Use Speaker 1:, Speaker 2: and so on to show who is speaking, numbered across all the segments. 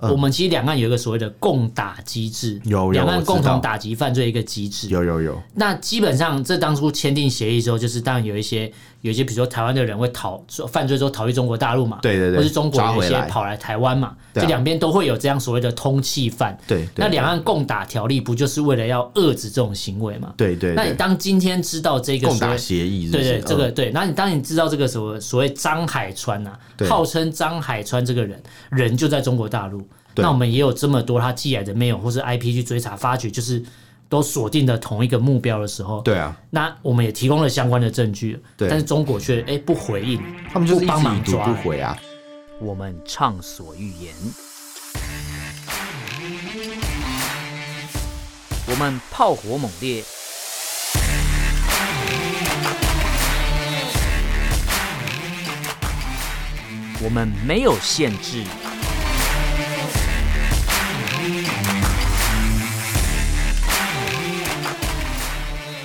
Speaker 1: 我们其实两岸有一个所谓的共打机制，
Speaker 2: 嗯有有
Speaker 1: 两岸
Speaker 2: 我知
Speaker 1: 共
Speaker 2: 道
Speaker 1: 同打击犯罪一个机制。
Speaker 2: 有有有，
Speaker 1: 那基本上，这当初签订协议之后，就是当然有一些有一些，比如说台湾的人会逃犯罪之后逃去中国大陆嘛，
Speaker 2: 对对对
Speaker 1: 或是中国有一
Speaker 2: 抓
Speaker 1: 些
Speaker 2: 回来
Speaker 1: 跑来台湾嘛，
Speaker 2: 对啊
Speaker 1: 这两边都会有这样所谓的通缉犯。
Speaker 2: 对对
Speaker 1: 那两岸共打条例不就是为了要遏制这种行为嘛？
Speaker 2: 对对
Speaker 1: 那你
Speaker 2: 对，
Speaker 1: 当今天知道这个
Speaker 2: 共
Speaker 1: 所
Speaker 2: 打
Speaker 1: 谓
Speaker 2: 协议是不
Speaker 1: 对
Speaker 2: 是，
Speaker 1: 对，这个
Speaker 2: 嗯
Speaker 1: 对。然后你当你知道这个什么所谓张海川呐、
Speaker 2: 对
Speaker 1: 号称张海川这个人，人就在中国大陆。
Speaker 2: 对
Speaker 1: 那我们也有这么多他寄来的 mail 或是 IP 去追查发掘，就是都锁定的同一个目标的时候，
Speaker 2: 对啊，
Speaker 1: 那我们也提供了相关的证据，
Speaker 2: 对
Speaker 1: 但是中国却哎不回应，
Speaker 2: 他们就是一
Speaker 1: 不帮
Speaker 2: 直已
Speaker 1: 忙
Speaker 2: 读
Speaker 1: 抓
Speaker 2: 不回啊。
Speaker 1: 我们畅所欲言，
Speaker 3: 我们炮火猛烈，我们没有限制。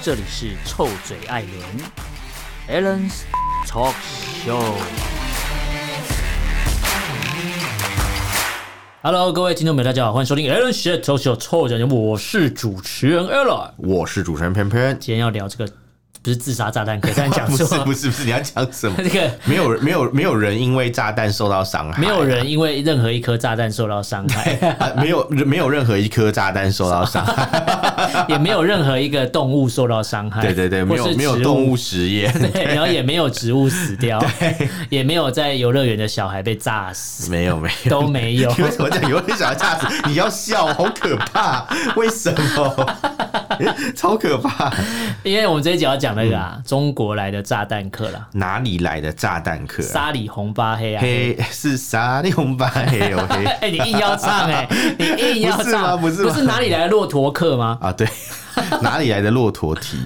Speaker 3: 这里是臭嘴艾伦 （Allen's Talk Show）。
Speaker 1: Hello，各位听众朋友，大家好，欢迎收听 Alan Shit 臭秀臭讲节目，我是主持人 Alan。
Speaker 2: 我是主持人偏偏，
Speaker 1: 今天要聊这个不是自杀炸弹，可是讲
Speaker 2: 不是
Speaker 1: 错
Speaker 2: 不
Speaker 1: 了，
Speaker 2: 是不是，你要讲什么
Speaker 1: ？这个
Speaker 2: 没有人没有没有人因为炸弹受到伤害，
Speaker 1: 没有人因为任何一颗炸弹受到伤害，
Speaker 2: 啊， 没有没有任何一颗炸弹受 到伤害。
Speaker 1: 也没有任何一个动物受到伤害。
Speaker 2: 对对对，没
Speaker 1: 或
Speaker 2: 有
Speaker 1: 是
Speaker 2: 没有
Speaker 1: 植
Speaker 2: 动物。实验，
Speaker 1: 对，然后也没有植物死掉，也没有在游乐园的小孩被炸 死，
Speaker 2: 没有没 有。
Speaker 1: 都没有。
Speaker 2: 你为什么讲有人想要炸死？你要笑，好可怕！ 为什么？ 超可怕！
Speaker 1: 因为我们这一集要讲那个
Speaker 2: 嗯
Speaker 1: 啊，中国来的炸弹客啦，
Speaker 2: 哪里来的炸弹客、啊？
Speaker 1: 沙里红巴黑啊。
Speaker 2: 黑是沙利红吧？黑哦黑
Speaker 1: 哎，你硬要唱 哎，你硬要
Speaker 2: 不是吗
Speaker 1: 唱，
Speaker 2: 不是吗
Speaker 1: 不是哪里来的骆驼客吗？
Speaker 2: 啊，对，哪里来的骆驼蹄？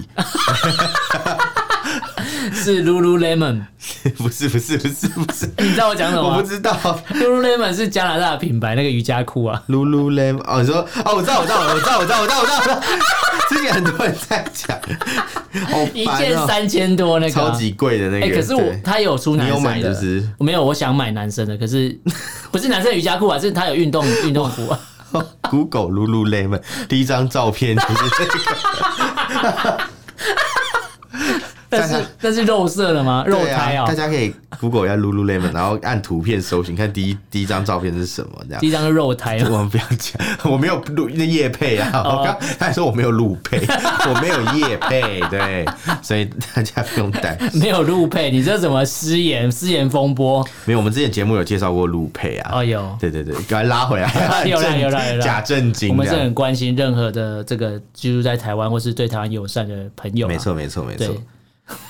Speaker 1: 是 Lululemon，
Speaker 2: 不是不是不是不是，
Speaker 1: 你知道我讲什么
Speaker 2: 我不
Speaker 1: 吗
Speaker 2: 知道。
Speaker 1: ？Lululemon 是加拿大的品牌那个瑜伽裤啊。
Speaker 2: Lululemon 哦，你说哦，我知道，我知道，我知道，我知道，我知道，我知道，我知道之前很多人在讲，好
Speaker 1: 一
Speaker 2: 烦
Speaker 1: 件
Speaker 2: 哦，
Speaker 1: 三千多那个啊、
Speaker 2: 超级贵的那个。
Speaker 1: 哎、可是我
Speaker 2: 对
Speaker 1: 他有出男生的，
Speaker 2: 你有买就是
Speaker 1: 我没有，我想买男生的，可 是不是男生的瑜伽裤啊，是他有运动运动服、啊。
Speaker 2: Google Lululemon 第一张照片就是这个，
Speaker 1: 但是但是肉色的吗？肉
Speaker 2: 对
Speaker 1: 胎
Speaker 2: 啊，
Speaker 1: 啊、
Speaker 2: 大家可以 Google 一下 Lululemon，然 后按图片搜寻，看第一第一张照片是什么这样
Speaker 1: 第。一张是肉胎 啊。
Speaker 2: 我们不要讲，我没有录那叶配啊！
Speaker 1: 哦
Speaker 2: 我刚他还说我没有录 配，我没有叶配，对，所以大家不用担 心。
Speaker 1: 没有路配，你这什么失言失言风波？
Speaker 2: 没有，我们之前节目有介绍过陆配啊。
Speaker 1: 哦有。
Speaker 2: 对对对，赶快拉回来
Speaker 1: 有啦
Speaker 2: 正
Speaker 1: 有啦有啦
Speaker 2: 假正经
Speaker 1: 我
Speaker 2: 这
Speaker 1: 们是
Speaker 2: 样。
Speaker 1: 很关心任何的这个居住在台湾或是对台湾友善的朋友、啊。
Speaker 2: 没，错没错没错
Speaker 1: 对。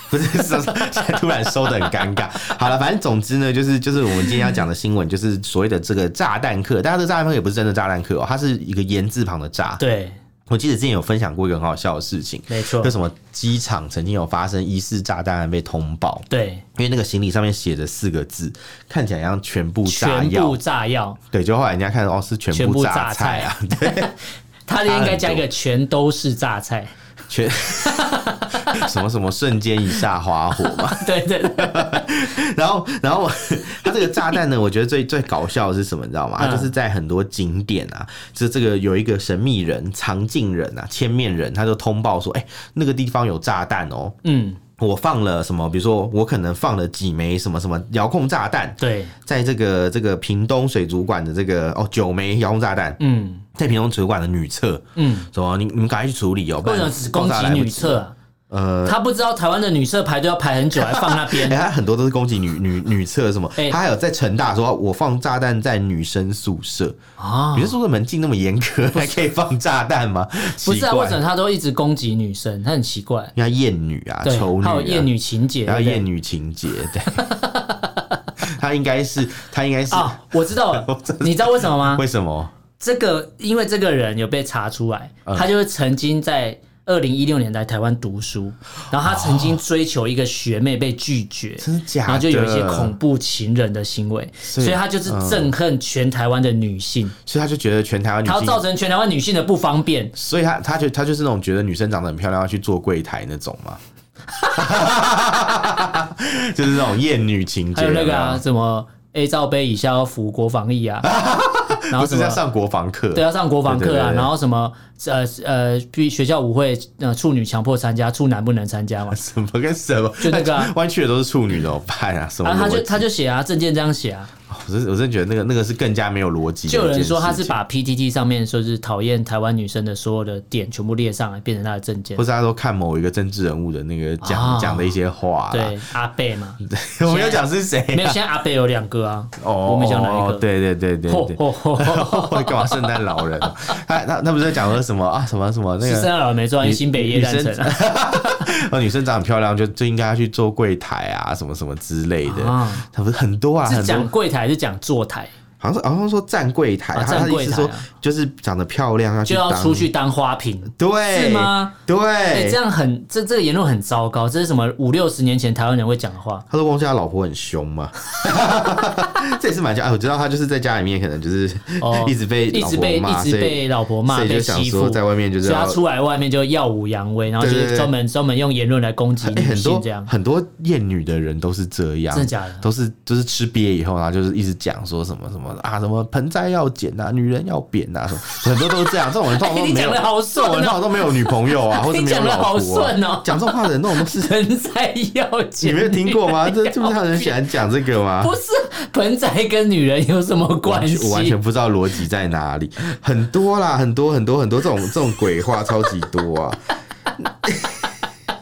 Speaker 2: 不是，是现在突然收的很尴尬。 好了，反正总之呢，就是就是我们今天要讲的新闻，就是所谓的这个炸弹客。大家的炸弹客也不是真的炸弹客哦，它是一个言字旁的炸。
Speaker 1: 对，
Speaker 2: 我记得之前有分享过一个很好笑的事情，
Speaker 1: 没错
Speaker 2: 就什么机场曾经有发生疑似炸弹案被通报，
Speaker 1: 对，
Speaker 2: 因为那个行李上面写着四个字，看起来像全部炸
Speaker 1: 全部
Speaker 2: 药。
Speaker 1: 炸药，
Speaker 2: 对，就后来人家看哦是全
Speaker 1: 全
Speaker 2: 部
Speaker 1: 部
Speaker 2: 榨
Speaker 1: 榨
Speaker 2: 菜
Speaker 1: 菜
Speaker 2: 啊，
Speaker 1: 他应该加一个全都是榨 菜。
Speaker 2: 全什么什么瞬间一下花火嘛。
Speaker 1: 对对对，
Speaker 2: 然后， 然后我它这个炸弹呢，我觉得最最搞笑的是什么，你知道吗？
Speaker 1: 嗯
Speaker 2: 它就是在很多景点啊，就是这个有一个神秘人、藏镜人啊、千面人，他就通报说，哎、那个地方有炸弹哦、
Speaker 1: 嗯，
Speaker 2: 我放了什么？比如说，我可能放了几枚什么什么遥控炸弹，
Speaker 1: 对，
Speaker 2: 在这个这个屏东水族馆的这个哦九枚遥控炸弹，
Speaker 1: 嗯
Speaker 2: 在屏东水族馆的女厕，
Speaker 1: 嗯。
Speaker 2: 什么你你们赶快去处理哦，不
Speaker 1: 为
Speaker 2: 然
Speaker 1: 什么只攻
Speaker 2: 爆炸
Speaker 1: 击
Speaker 2: 来不
Speaker 1: 女
Speaker 2: 及
Speaker 1: 厕啊？
Speaker 2: 呃，
Speaker 1: 他不知道台湾的女厕排队要排很久，还放 那
Speaker 2: 哎、
Speaker 1: 边。
Speaker 2: 他很多都是攻击女女女厕什么，
Speaker 1: 哎
Speaker 2: 他还有在成大说，我放炸弹在女生宿舍，
Speaker 1: 啊
Speaker 2: 女，生宿舍门禁那么严格，还可以放炸弹吗？
Speaker 1: 不是啊，
Speaker 2: 奇怪
Speaker 1: 为什么他都一直攻击女生？他很奇怪，
Speaker 2: 人家厌女啊，
Speaker 1: 对
Speaker 2: 丑，女、
Speaker 1: 还有
Speaker 2: 啊，
Speaker 1: 厌女情节，
Speaker 2: 然后
Speaker 1: 对不对
Speaker 2: 厌女情节， 对，他应该是他应该是、
Speaker 1: 啊，我知道
Speaker 2: 我
Speaker 1: 了
Speaker 2: 真，
Speaker 1: 你知道为什么吗
Speaker 2: 为？什么？
Speaker 1: 这个因为这个人有被查出来，
Speaker 2: 嗯
Speaker 1: 他就是曾经在。二零一六年来台湾读书，然后他曾经追求一个学妹被拒绝，
Speaker 2: 哦真的假
Speaker 1: 然
Speaker 2: 的
Speaker 1: 后就有一些恐怖情人的行为，所以他就是憎恨全台湾的女性，
Speaker 2: 所以他就觉得全台湾女
Speaker 1: 他要造
Speaker 2: 性，
Speaker 1: 成全台湾女性的不方便，
Speaker 2: 所以他他就他就是那种觉得女生长得很漂亮要去做柜台那种 嘛， 就是那种厌女情节。
Speaker 1: 还有那个
Speaker 2: 有没
Speaker 1: 啊，
Speaker 2: 有
Speaker 1: 什么 A 罩杯以下要服国防役啊，然后
Speaker 2: 不
Speaker 1: 什
Speaker 2: 是要
Speaker 1: 么
Speaker 2: 上国防课？
Speaker 1: 对，要上国防
Speaker 2: 对
Speaker 1: 课
Speaker 2: 对对
Speaker 1: 啊，
Speaker 2: 对
Speaker 1: 然后什么呃呃，比学校舞会，呃，处女强迫参加，处男不能参加嘛。
Speaker 2: 什么跟什么？
Speaker 1: 就那个 啊
Speaker 2: 弯曲的都是处女怎么办啊？什么
Speaker 1: 然
Speaker 2: 逻
Speaker 1: 后
Speaker 2: 辑？
Speaker 1: 他就他就写啊，证件这样写啊，
Speaker 2: 我真我真的觉得那个那个是更加没有逻辑的一件事情。
Speaker 1: 就有人说他是把 PTT 上面说是讨厌台湾女生的所有的点全部列上来，变成他的证件
Speaker 2: 或。是他都看某一个政治人物的那个讲
Speaker 1: 啊
Speaker 2: 讲、的一些话啦。
Speaker 1: 对，阿贝嘛，
Speaker 2: 我没有讲是谁、
Speaker 1: 没有，
Speaker 2: 啊。
Speaker 1: 现在阿贝有两个啊，
Speaker 2: 哦，
Speaker 1: 我们讲哪一
Speaker 2: 哦
Speaker 1: 个？哦
Speaker 2: 对对对对
Speaker 1: 吼
Speaker 2: 对。
Speaker 1: 吼吼吼，
Speaker 2: 我干嘛圣诞老人啊？ 他他他不是在讲说什么啊？什么什么 那
Speaker 1: 是圣
Speaker 2: 个
Speaker 1: 诞老人没做，
Speaker 2: 女
Speaker 1: 新北夜
Speaker 2: 女
Speaker 1: 战
Speaker 2: 生
Speaker 1: 城啊。
Speaker 2: 哦，女生长 很漂亮，就就应该要去做柜台啊，什么什么之类的。
Speaker 1: 啊
Speaker 2: 他不是很多啊，
Speaker 1: 是
Speaker 2: 很多
Speaker 1: 讲柜台，是讲坐台，
Speaker 2: 好像是好像说站柜台，
Speaker 1: 啊
Speaker 2: 他他的
Speaker 1: 站
Speaker 2: 意
Speaker 1: 柜
Speaker 2: 思
Speaker 1: 台啊
Speaker 2: 说就是长得漂亮要去
Speaker 1: 就要
Speaker 2: 当
Speaker 1: 出去当花瓶。是
Speaker 2: 对
Speaker 1: 吗？
Speaker 2: 对，
Speaker 1: 哎，这样很这这个言论很糟糕，这是什么五六十年前台湾人会讲的话？
Speaker 2: 他说光是他老婆很 凶嘛，这也是蛮像。哎，我知道他就是在家里面可能就是
Speaker 1: 哦
Speaker 2: 一直被
Speaker 1: 一
Speaker 2: 老
Speaker 1: 直
Speaker 2: 婆
Speaker 1: 被一
Speaker 2: 骂，
Speaker 1: 直
Speaker 2: 所以
Speaker 1: 被老婆骂，
Speaker 2: 所以就
Speaker 1: 被
Speaker 2: 想
Speaker 1: 欺
Speaker 2: 说
Speaker 1: 负，
Speaker 2: 在外面就是
Speaker 1: 所以他
Speaker 2: 要。
Speaker 1: 出来外面就耀武扬威，然后就
Speaker 2: 对对对
Speaker 1: 是专门专门用言论来攻击
Speaker 2: 哎、
Speaker 1: 女
Speaker 2: 很多
Speaker 1: 性这样。
Speaker 2: 很多厌女的人都是这样，
Speaker 1: 真的假的
Speaker 2: 都是就是吃瘪以后，然后就是一直讲说什么什么啊，什么盆栽要剪啊，女人要扁啊，什么很多都是这样。这种人通常 都
Speaker 1: 哎你
Speaker 2: 没有，
Speaker 1: 讲得好顺哦
Speaker 2: 这种人通常都没有女朋友啊，或者 没
Speaker 1: 你
Speaker 2: 有
Speaker 1: 讲得
Speaker 2: 老
Speaker 1: 好
Speaker 2: 婆、啊。
Speaker 1: 顺哦
Speaker 2: 讲这种话的人，那种都是
Speaker 1: 盆栽要
Speaker 2: 你
Speaker 1: 剪，
Speaker 2: 没有听过啊吗？这这不是很喜欢讲这个 吗？
Speaker 1: 不是盆栽跟女人有什么关
Speaker 2: 完
Speaker 1: 系
Speaker 2: 全？我完全不知道逻辑在哪里，很多啦，很多很多很多这种这种鬼话 超级多 啊！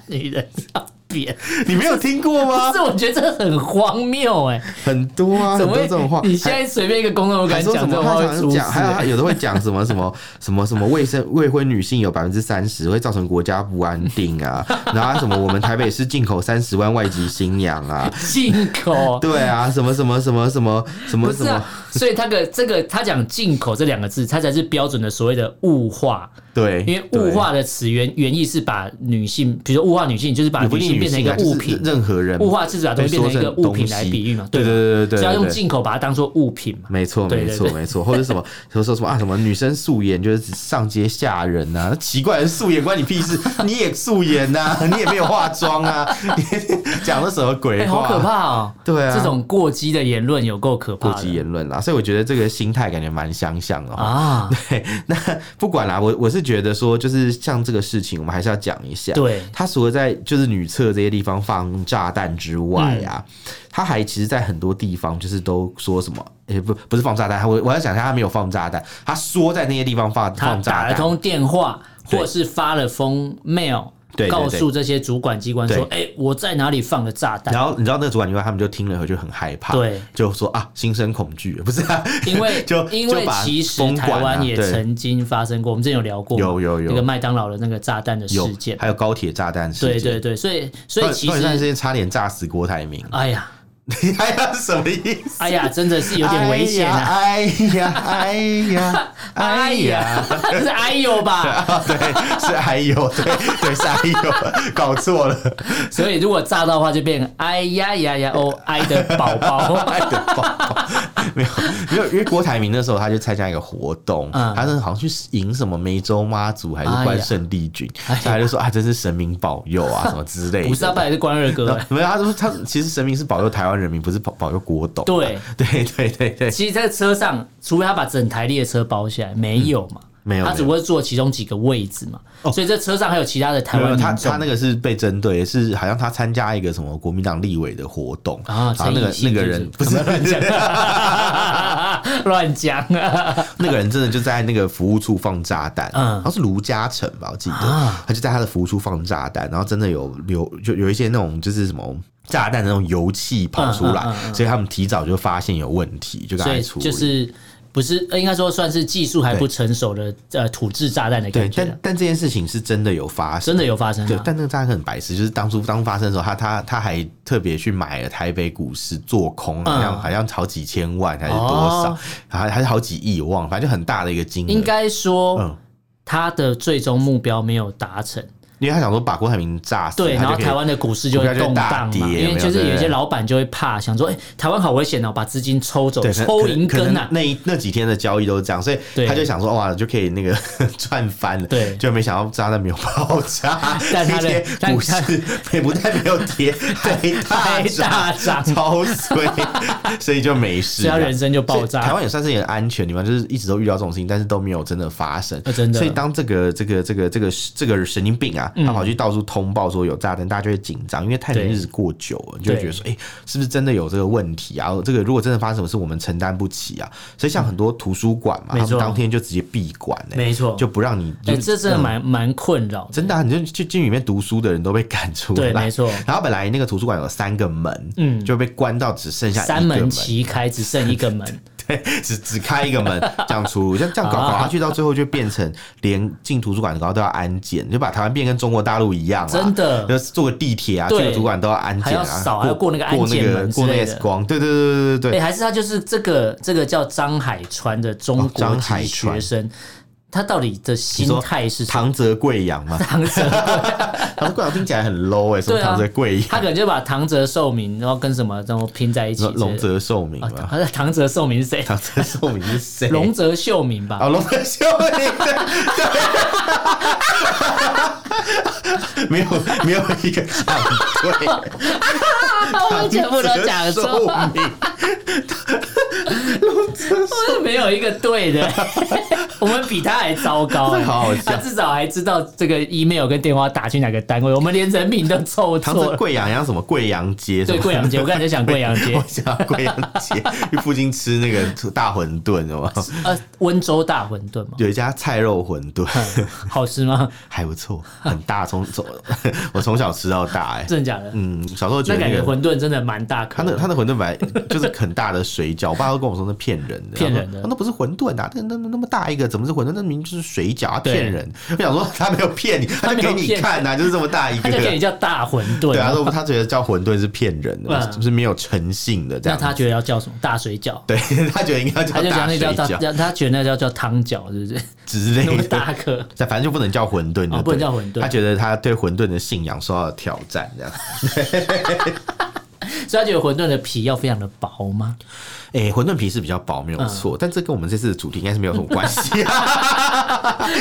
Speaker 1: 女人要扁，
Speaker 2: 你没有听过吗
Speaker 1: 不？是？我觉得这很荒谬哎、
Speaker 2: 很多啊，很
Speaker 1: 怎么
Speaker 2: 多
Speaker 1: 会
Speaker 2: 这种话。
Speaker 1: 你现在随便一个公众
Speaker 2: 还
Speaker 1: 敢
Speaker 2: 说
Speaker 1: 讲
Speaker 2: 什
Speaker 1: 这
Speaker 2: 么？
Speaker 1: 种
Speaker 2: 他
Speaker 1: 话
Speaker 2: 常
Speaker 1: 会
Speaker 2: 常
Speaker 1: 出事、
Speaker 2: 讲，还有他
Speaker 1: 欸？
Speaker 2: 有的会讲什么什么什么什么未生未婚女性有百分之三十会造成国家不安定啊， 然后他什么我们台北市进口三十万外籍新娘啊，
Speaker 1: 进口。
Speaker 2: 对啊，什么什么什么什么什
Speaker 1: 不
Speaker 2: 么什
Speaker 1: 是
Speaker 2: 么
Speaker 1: 啊，， 所以他个这个他讲进口这两个字，它才是标准的所谓的物化。
Speaker 2: 对，
Speaker 1: 因为物化的词源原意是把女性，比如说物化女性，就是把
Speaker 2: 也不
Speaker 1: 女
Speaker 2: 一定
Speaker 1: 性变成一个
Speaker 2: 女性啊
Speaker 1: 物
Speaker 2: 就是
Speaker 1: 品。
Speaker 2: 任何人
Speaker 1: 物化是指把东啊西变成一个物品来比喻嘛，
Speaker 2: 对
Speaker 1: 吧
Speaker 2: 对对对对
Speaker 1: 所以要
Speaker 2: 对
Speaker 1: 用
Speaker 2: 对
Speaker 1: 进口把它当做物品嘛。
Speaker 2: 没错，
Speaker 1: 对
Speaker 2: 没
Speaker 1: 对
Speaker 2: 错，
Speaker 1: 对
Speaker 2: 没错，或者什么， 什么说什么啊，什么女生素颜就是上街吓人呐、那奇怪，素颜关你屁事？你也素颜呐、 你也没有化妆啊，你 讲的什么
Speaker 1: 哎、
Speaker 2: 鬼
Speaker 1: 好
Speaker 2: 话？
Speaker 1: 可怕哦！
Speaker 2: 对啊
Speaker 1: 这种过激的言论有够可怕
Speaker 2: 过
Speaker 1: 的。
Speaker 2: 激言论啦，所以我觉得这个心态感觉蛮相像的哦哈。
Speaker 1: 啊，
Speaker 2: 对，那不管啦，我我是觉得说，就是像这个事情，我们还是要讲一下。
Speaker 1: 对
Speaker 2: 他除了在就是女厕这些地方放炸弹之外啊，
Speaker 1: 嗯
Speaker 2: 他还其实在很多地方就是都说什么，也、不不是放炸弹，他我我要讲一下，他没有放炸弹，他说在那些地方放
Speaker 1: 他打
Speaker 2: 放
Speaker 1: 了
Speaker 2: 炸弹。
Speaker 1: 通电话，
Speaker 2: 对
Speaker 1: 或是发了封 mail，
Speaker 2: 对对对
Speaker 1: 告诉这些主管机关说：“哎、我在哪里放了炸弹
Speaker 2: 然后你知道那个主管机关他们就听了以后就很害怕，
Speaker 1: 对，
Speaker 2: 就说啊心生恐惧，不是、啊，？”
Speaker 1: 因为
Speaker 2: 就
Speaker 1: 因为
Speaker 2: 就把
Speaker 1: 其实
Speaker 2: 封
Speaker 1: 台
Speaker 2: 管啊
Speaker 1: 湾也
Speaker 2: 对
Speaker 1: 曾经发生过，我们之前有聊过嘛，
Speaker 2: 有有有
Speaker 1: 这个麦当劳的那个炸弹的
Speaker 2: 有
Speaker 1: 事件，
Speaker 2: 还有高铁炸弹事件，
Speaker 1: 对对对，所以所以其
Speaker 2: 高铁炸弹事
Speaker 1: 实，
Speaker 2: 件差点炸死郭台铭，
Speaker 1: 哎呀，
Speaker 2: 你还要什么意思？
Speaker 1: 哎呀，真的是有点危险啊！
Speaker 2: 哎呀，哎呀，哎
Speaker 1: 哎
Speaker 2: 呀
Speaker 1: 呀，， 是哎呦吧？
Speaker 2: 啊，对，是哎呦，对对是哎呦，搞错了，
Speaker 1: 所以如果炸到的话，就变成哎呀呀呀哦，哎的宝宝。
Speaker 2: 哎的宝宝，没有没有，因为郭台铭那时候他就参加一个活动，
Speaker 1: 嗯
Speaker 2: 他是好像去赢什么湄洲妈祖还是
Speaker 1: 哎
Speaker 2: 关
Speaker 1: 呀
Speaker 2: 圣帝君，所以他就说啊，真是神明保佑啊，什么之类的，
Speaker 1: 不是阿拜，是关二哥。哎
Speaker 2: 没有，他说他其实神明是保佑台湾人民，不是保保佑郭董。
Speaker 1: 对
Speaker 2: 对对对对，
Speaker 1: 其实，在车上，除非他把整台列车包下来，没有嘛，
Speaker 2: 没有哦
Speaker 1: 他只不过坐其中几个位置嘛。所以这车上还有其他的台
Speaker 2: 没有
Speaker 1: 湾
Speaker 2: 他
Speaker 1: 民
Speaker 2: 他
Speaker 1: 众
Speaker 2: 那。个是被针对，是好像他参加一个什么国民党立委的活动
Speaker 1: 啊
Speaker 2: 然后那个
Speaker 1: 陈
Speaker 2: 那
Speaker 1: 以信
Speaker 2: 个
Speaker 1: 是不是
Speaker 2: 人不是
Speaker 1: 乱讲 啊！
Speaker 2: 那个人真的就在那个服务处放炸弹，
Speaker 1: 嗯
Speaker 2: 好像是卢嘉诚吧，我记得，
Speaker 1: 啊
Speaker 2: 他就在他的服务处放炸弹，然后真的有有就有一些那种就是什么。炸弹的那种油气跑出来，
Speaker 1: 嗯嗯
Speaker 2: 所以他们提早就发现有问题，就赶
Speaker 1: 所
Speaker 2: 快
Speaker 1: 以
Speaker 2: 处理。
Speaker 1: 就是不是呃应该说算是技术还不成熟的呃土制炸弹的
Speaker 2: 对
Speaker 1: 感，觉
Speaker 2: 但
Speaker 1: 了，
Speaker 2: 但这件事情是真的有发生，
Speaker 1: 真的有发生
Speaker 2: 对，
Speaker 1: 啊！
Speaker 2: 但那个炸弹很白痴，就是当初当发生的时候，他他他还特别去买了台北股市做空，好像、
Speaker 1: 嗯
Speaker 2: 好像好几千万还是多少
Speaker 1: 哦，
Speaker 2: 还、还是好几亿，我忘了，反正就很大的一个金额。
Speaker 1: 应该说
Speaker 2: 嗯，
Speaker 1: 他的最终目标没有达成，
Speaker 2: 因为他想说把郭台铭炸死，
Speaker 1: 对，然
Speaker 2: 他就
Speaker 1: 后
Speaker 2: 嗯可以
Speaker 1: 台湾的股市就会
Speaker 2: 股票就
Speaker 1: 动
Speaker 2: 会大
Speaker 1: 荡
Speaker 2: 跌
Speaker 1: 嘛，因为
Speaker 2: 有没有
Speaker 1: 就是有一
Speaker 2: 对
Speaker 1: 些老板就会怕，想说，哎、台湾好危险哦，把资金抽走，
Speaker 2: 对可能
Speaker 1: 抽
Speaker 2: 可能
Speaker 1: 银根
Speaker 2: 可能
Speaker 1: 啊，
Speaker 2: 那一那几天的交易都是这样，所以
Speaker 1: 对
Speaker 2: 他就想说哇，就可以那个 赚翻了，
Speaker 1: 对
Speaker 2: 就没想到炸弹没有爆炸，
Speaker 1: 但他的
Speaker 2: 今
Speaker 1: 但
Speaker 2: 天股市也不但没有 跌，还
Speaker 1: 还大
Speaker 2: 大
Speaker 1: 涨
Speaker 2: 超衰， 所以就没事
Speaker 1: 所以
Speaker 2: 了，
Speaker 1: 他人生就爆
Speaker 2: 所以
Speaker 1: 炸。
Speaker 2: 台湾也算是很安全的地方，就是一直都遇到这种事情，但是都没有真的发生。
Speaker 1: 呃真的嗯
Speaker 2: 所以当这个这个这个这个这个神经病啊，他跑去到处通报说有炸弹，大家就会紧张，因为太平日子过久了，你就会觉得说，哎、是不是真的有这个问题啊？这个如果真的发生什么事，我们承担不起啊。所以像很多图书馆嘛，
Speaker 1: 没
Speaker 2: 他
Speaker 1: 错
Speaker 2: 们当天就直接闭馆、欸，
Speaker 1: 没错
Speaker 2: 就不让你。
Speaker 1: 哎、
Speaker 2: 就嗯
Speaker 1: 这真的蛮蛮、困扰的。
Speaker 2: 真的、啊，你就去进里面读书的人都被赶出来，
Speaker 1: 对没错
Speaker 2: 然后本来那个图书馆有三个门，嗯，就被关到只剩下一个
Speaker 1: 三门齐开，只剩一个门，
Speaker 2: 只 只开一个门这样出入，像这样搞
Speaker 1: 啊
Speaker 2: 搞下去，到最后就变成连进图书馆然后都要安检，就把台湾变跟中国大陆一样啊，
Speaker 1: 真的
Speaker 2: 就是坐个地铁啊，
Speaker 1: 对
Speaker 2: 去个图书馆都要安检
Speaker 1: 还
Speaker 2: 啊，
Speaker 1: 要扫还要过那个
Speaker 2: 过
Speaker 1: 安检
Speaker 2: 那个
Speaker 1: 门之
Speaker 2: 过那
Speaker 1: 类
Speaker 2: 个
Speaker 1: 的
Speaker 2: X 光，对对对对对
Speaker 1: 哎、
Speaker 2: 对。
Speaker 1: 还是他就是这个这个叫张海川的中
Speaker 2: 哦
Speaker 1: 国
Speaker 2: 张海
Speaker 1: 籍学
Speaker 2: 川
Speaker 1: 生，他到底的心态是什么？
Speaker 2: 唐泽贵阳 嘛，
Speaker 1: 唐泽，
Speaker 2: 唐泽贵阳听起来很 low 哎、什么
Speaker 1: 对啊
Speaker 2: 唐泽贵阳
Speaker 1: 他可能就把唐泽寿明，然后跟什么然后拼在一起
Speaker 2: 什
Speaker 1: 之类
Speaker 2: 么
Speaker 1: 的。
Speaker 2: 龙泽寿明
Speaker 1: 啊，
Speaker 2: 嘛，
Speaker 1: 唐 唐泽寿明是谁？
Speaker 2: 唐泽寿明是谁？
Speaker 1: 龙泽秀明吧
Speaker 2: 啊，？龙泽秀明， 对，没有没有一个讲对，
Speaker 1: 哦我们全部都讲错，
Speaker 2: 唐泽寿明
Speaker 1: 我们没有一个对的，我们比他还糟糕、 欸
Speaker 2: 这好好笑
Speaker 1: 他至少还知道这个 email 跟电话打去哪个单位，我们连人名都凑
Speaker 2: 唐
Speaker 1: 错
Speaker 2: 泽
Speaker 1: 了。
Speaker 2: 贵阳，像什么贵阳街什
Speaker 1: 对
Speaker 2: 么？
Speaker 1: 贵阳街，我刚才在想贵阳街
Speaker 2: 我，想贵阳街，去附近吃那个大馄饨，哦，
Speaker 1: 呃，温州大馄饨嘛，
Speaker 2: 有一家菜肉馄饨，
Speaker 1: 好吃吗？
Speaker 2: 还不错，很大，从从我从小吃到大，哎，
Speaker 1: 真的假的？
Speaker 2: 嗯，小时候觉
Speaker 1: 那
Speaker 2: 得
Speaker 1: 感觉
Speaker 2: 那个。
Speaker 1: 馄饨真的蛮大颗
Speaker 2: 他那
Speaker 1: 的，
Speaker 2: 他的馄饨本来就是很大的水饺，我 爸都跟我说那骗人的，
Speaker 1: 骗人的
Speaker 2: 他说那不是馄饨啊，那那那那么大一个，怎么是馄饨？那明明就是水饺啊，
Speaker 1: 对
Speaker 2: 骗人！我想说他没有骗你，他就
Speaker 1: 没有
Speaker 2: 给你
Speaker 1: 骗你
Speaker 2: 看呐、啊就是这么大一
Speaker 1: 他
Speaker 2: 个，
Speaker 1: 就给你叫大馄饨
Speaker 2: 对。啊，他说他觉得叫馄饨是骗人的，
Speaker 1: 嗯
Speaker 2: 就是没有诚信的这
Speaker 1: 那
Speaker 2: 样子。
Speaker 1: 他觉得要叫什么？大水饺。
Speaker 2: 对 他觉得应该叫
Speaker 1: 他就
Speaker 2: 大
Speaker 1: 讲那
Speaker 2: 水
Speaker 1: 叫
Speaker 2: 饺
Speaker 1: 他他觉得那叫叫汤饺，是不 是？
Speaker 2: 之类
Speaker 1: 那么
Speaker 2: 的，
Speaker 1: 大颗，
Speaker 2: 但 反正就不能叫馄饨就对了、
Speaker 1: 哦不能叫馄饨
Speaker 2: 他觉得他对馄饨的信仰受到了挑战，这样。
Speaker 1: 所以他觉得馄饨的皮要非常的薄吗？
Speaker 2: 哎、馄饨皮是比较薄，没有
Speaker 1: 嗯
Speaker 2: 错，但这跟我们这次的主题应该是没有什么关系、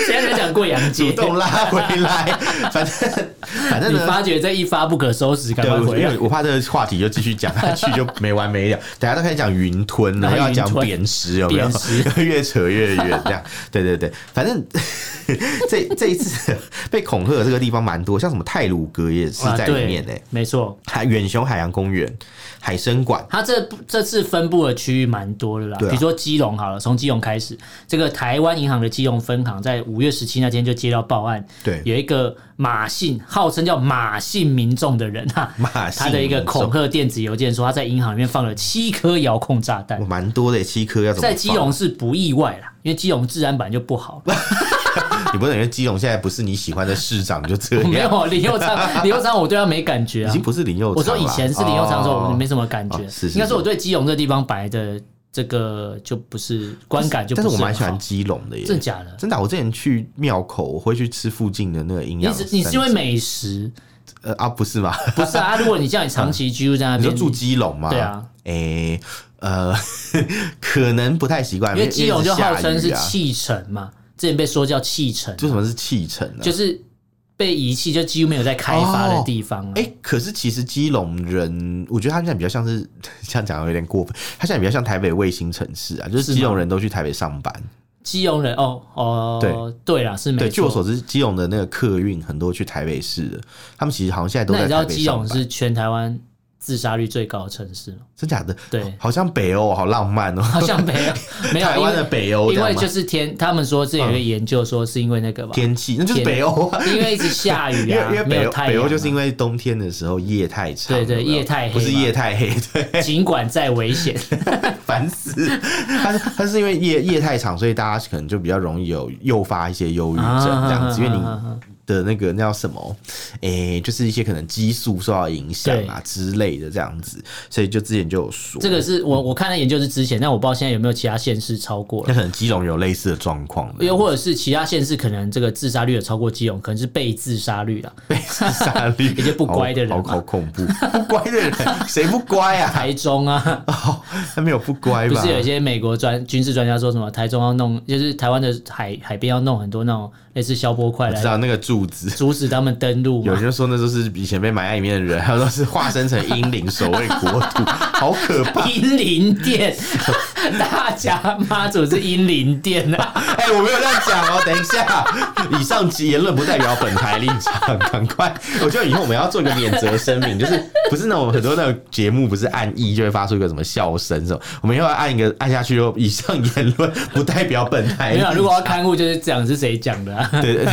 Speaker 1: 谁在讲贵阳
Speaker 2: 主
Speaker 1: 街？
Speaker 2: 动拉回来，反正反正
Speaker 1: 你
Speaker 2: 呢。
Speaker 1: 发觉这一发不可收拾，赶
Speaker 2: 对，
Speaker 1: 快
Speaker 2: 我
Speaker 1: 回
Speaker 2: 因
Speaker 1: 来
Speaker 2: 为。我怕这个话题就继续讲下去就没完没了， 等下都开始讲云吞了，
Speaker 1: 然后
Speaker 2: 要
Speaker 1: 云
Speaker 2: 讲
Speaker 1: 吞
Speaker 2: 扁食有没有
Speaker 1: 扁？
Speaker 2: 越扯越远这样。对对对，反正 这这一次被恐吓的这个地方蛮多，像什么泰鲁阁也是
Speaker 1: 啊
Speaker 2: 在
Speaker 1: 对
Speaker 2: 里面呢、欸，
Speaker 1: 没错，
Speaker 2: 海远雄海洋公园、海参馆。
Speaker 1: 它这这次分布的区域蛮多的啦，
Speaker 2: 对啊
Speaker 1: 比如说基隆好了，从基隆开始，这个台湾银行的基隆分行在五月十七那天就接到报案，
Speaker 2: 对
Speaker 1: 有一个马姓号称叫马姓民众的人啊，
Speaker 2: 马姓
Speaker 1: 他的一个
Speaker 2: 民众
Speaker 1: 恐吓电子邮件说他在银行里面放了七颗遥控炸弹
Speaker 2: 我，蛮多的欸，七颗要怎么
Speaker 1: 在
Speaker 2: 放？
Speaker 1: 基隆是不意外啦，因为基隆治安版就不好，
Speaker 2: 啊你不能因为基隆现在不是你喜欢的市长 就这
Speaker 1: 没
Speaker 2: 样，
Speaker 1: 有林佑昌，林佑昌我对他没感觉
Speaker 2: 已
Speaker 1: 啊
Speaker 2: 经，不是林佑昌
Speaker 1: 我
Speaker 2: 了。
Speaker 1: 说以前是林佑昌的时候，我
Speaker 2: 哦
Speaker 1: 没什么感觉
Speaker 2: 哦是，是
Speaker 1: 应该
Speaker 2: 是
Speaker 1: 说我对基隆这地方摆的这个就不是观感就不
Speaker 2: 但是我
Speaker 1: 很
Speaker 2: 蛮喜欢
Speaker 1: 好
Speaker 2: 基隆的耶，
Speaker 1: 真假的？
Speaker 2: 真的啊、我之前去庙口，我会去吃附近的那个营
Speaker 1: 你
Speaker 2: 养
Speaker 1: 是
Speaker 2: 三。
Speaker 1: 你是因为美食，
Speaker 2: 呃啊不是吧？
Speaker 1: 不 是啊？如果你像你长期居住在那
Speaker 2: 你
Speaker 1: 边，
Speaker 2: 说住基隆吗？
Speaker 1: 对啊，
Speaker 2: 诶、呃， 可能不太习惯，
Speaker 1: 因为基隆就号称
Speaker 2: 因为
Speaker 1: 是
Speaker 2: 一直下雨啊
Speaker 1: 弃城嘛，之前被说叫弃城，
Speaker 2: 就什么是弃城呢、啊？
Speaker 1: 就是被遗弃，就几乎没有在开发的地方啊
Speaker 2: 哎、可是其实基隆人，我觉得他现在比较像是， 这样讲有点过分。他现在比较像台北卫星城市啊，就是
Speaker 1: 是
Speaker 2: 基隆
Speaker 1: 吗
Speaker 2: 人都去台北上班。
Speaker 1: 基隆人哦哦，对啦，是没
Speaker 2: 对，
Speaker 1: 错。
Speaker 2: 据我所知，基隆的那个客运很多去台北市的，他们其实好像现在都
Speaker 1: 那
Speaker 2: 在
Speaker 1: 你知道
Speaker 2: 台北
Speaker 1: 基
Speaker 2: 上
Speaker 1: 隆
Speaker 2: 班。
Speaker 1: 是全台湾自杀率最高的城市吗？
Speaker 2: 真假的？
Speaker 1: 对
Speaker 2: 好像北欧，好浪漫哦、
Speaker 1: 好像没 有，没有
Speaker 2: 台湾的
Speaker 1: 因为
Speaker 2: 北哦欧这
Speaker 1: 因
Speaker 2: 样吗，
Speaker 1: 为就是天，他们说是有一个研究说是因为那个吧，
Speaker 2: 天气，那就是
Speaker 1: 天
Speaker 2: 北欧啊。
Speaker 1: 因为一直下雨
Speaker 2: 因为
Speaker 1: 啊，
Speaker 2: 因为
Speaker 1: 没
Speaker 2: 北
Speaker 1: 有
Speaker 2: 欧
Speaker 1: 太阳啊。
Speaker 2: 北欧就是因为冬天的时候夜太长，
Speaker 1: 对对
Speaker 2: 有没有
Speaker 1: 夜太黑
Speaker 2: 不是
Speaker 1: 嘛
Speaker 2: 夜太黑， 对，
Speaker 1: 尽管再危 险，
Speaker 2: 烦死。它是它是因为夜夜太长，所以大家可能就比较容易有诱发一些忧郁症
Speaker 1: 啊
Speaker 2: 这样子，因为你
Speaker 1: 啊啊啊啊
Speaker 2: 的那个那叫什么？诶、就是一些可能激素受到影响啊之类的这样子，所以就之前就有说
Speaker 1: 这个是我我看的研究是之前，但我不知道现在有没有其他县市超过
Speaker 2: 那
Speaker 1: 了，
Speaker 2: 可能基隆有类似的状况 的，
Speaker 1: 又或者是其他县市可能这个自杀率有超过基隆，可能是被自杀率啊 了。
Speaker 2: 被自杀率，
Speaker 1: 一些不乖的人
Speaker 2: 好
Speaker 1: 嘛
Speaker 2: 好好恐怖， 不乖的人谁不乖啊？
Speaker 1: 台中 啊，
Speaker 2: 哦，他没有不乖
Speaker 1: 不
Speaker 2: 吧？
Speaker 1: 是有一些美国专军事专家说什么台中要弄，就是台湾的海海边要弄很多那种类似消波块
Speaker 2: 我知道
Speaker 1: 来
Speaker 2: 那个柱子。
Speaker 1: 阻止他们登陆嘛
Speaker 2: 有人？就说那都是以前被埋在里面的 人，他说是化身成英灵守卫国土，好可 怕！
Speaker 1: 英灵殿， 大家妈祖是英灵殿啊！
Speaker 2: 哎、我没有这样讲哦，等一下，以上及言论不代表本台立场，赶快！我觉得以后我们要做一个免责声明，就是不是那种很多那种节目不是按一就会发出一个什么笑声什么，我们以后要按一个按下去哦，以上言论不代表本台
Speaker 1: 没
Speaker 2: 立
Speaker 1: 有啊，
Speaker 2: 场。
Speaker 1: 如果要看护就是这样，是谁讲的、啊？
Speaker 2: 对对对，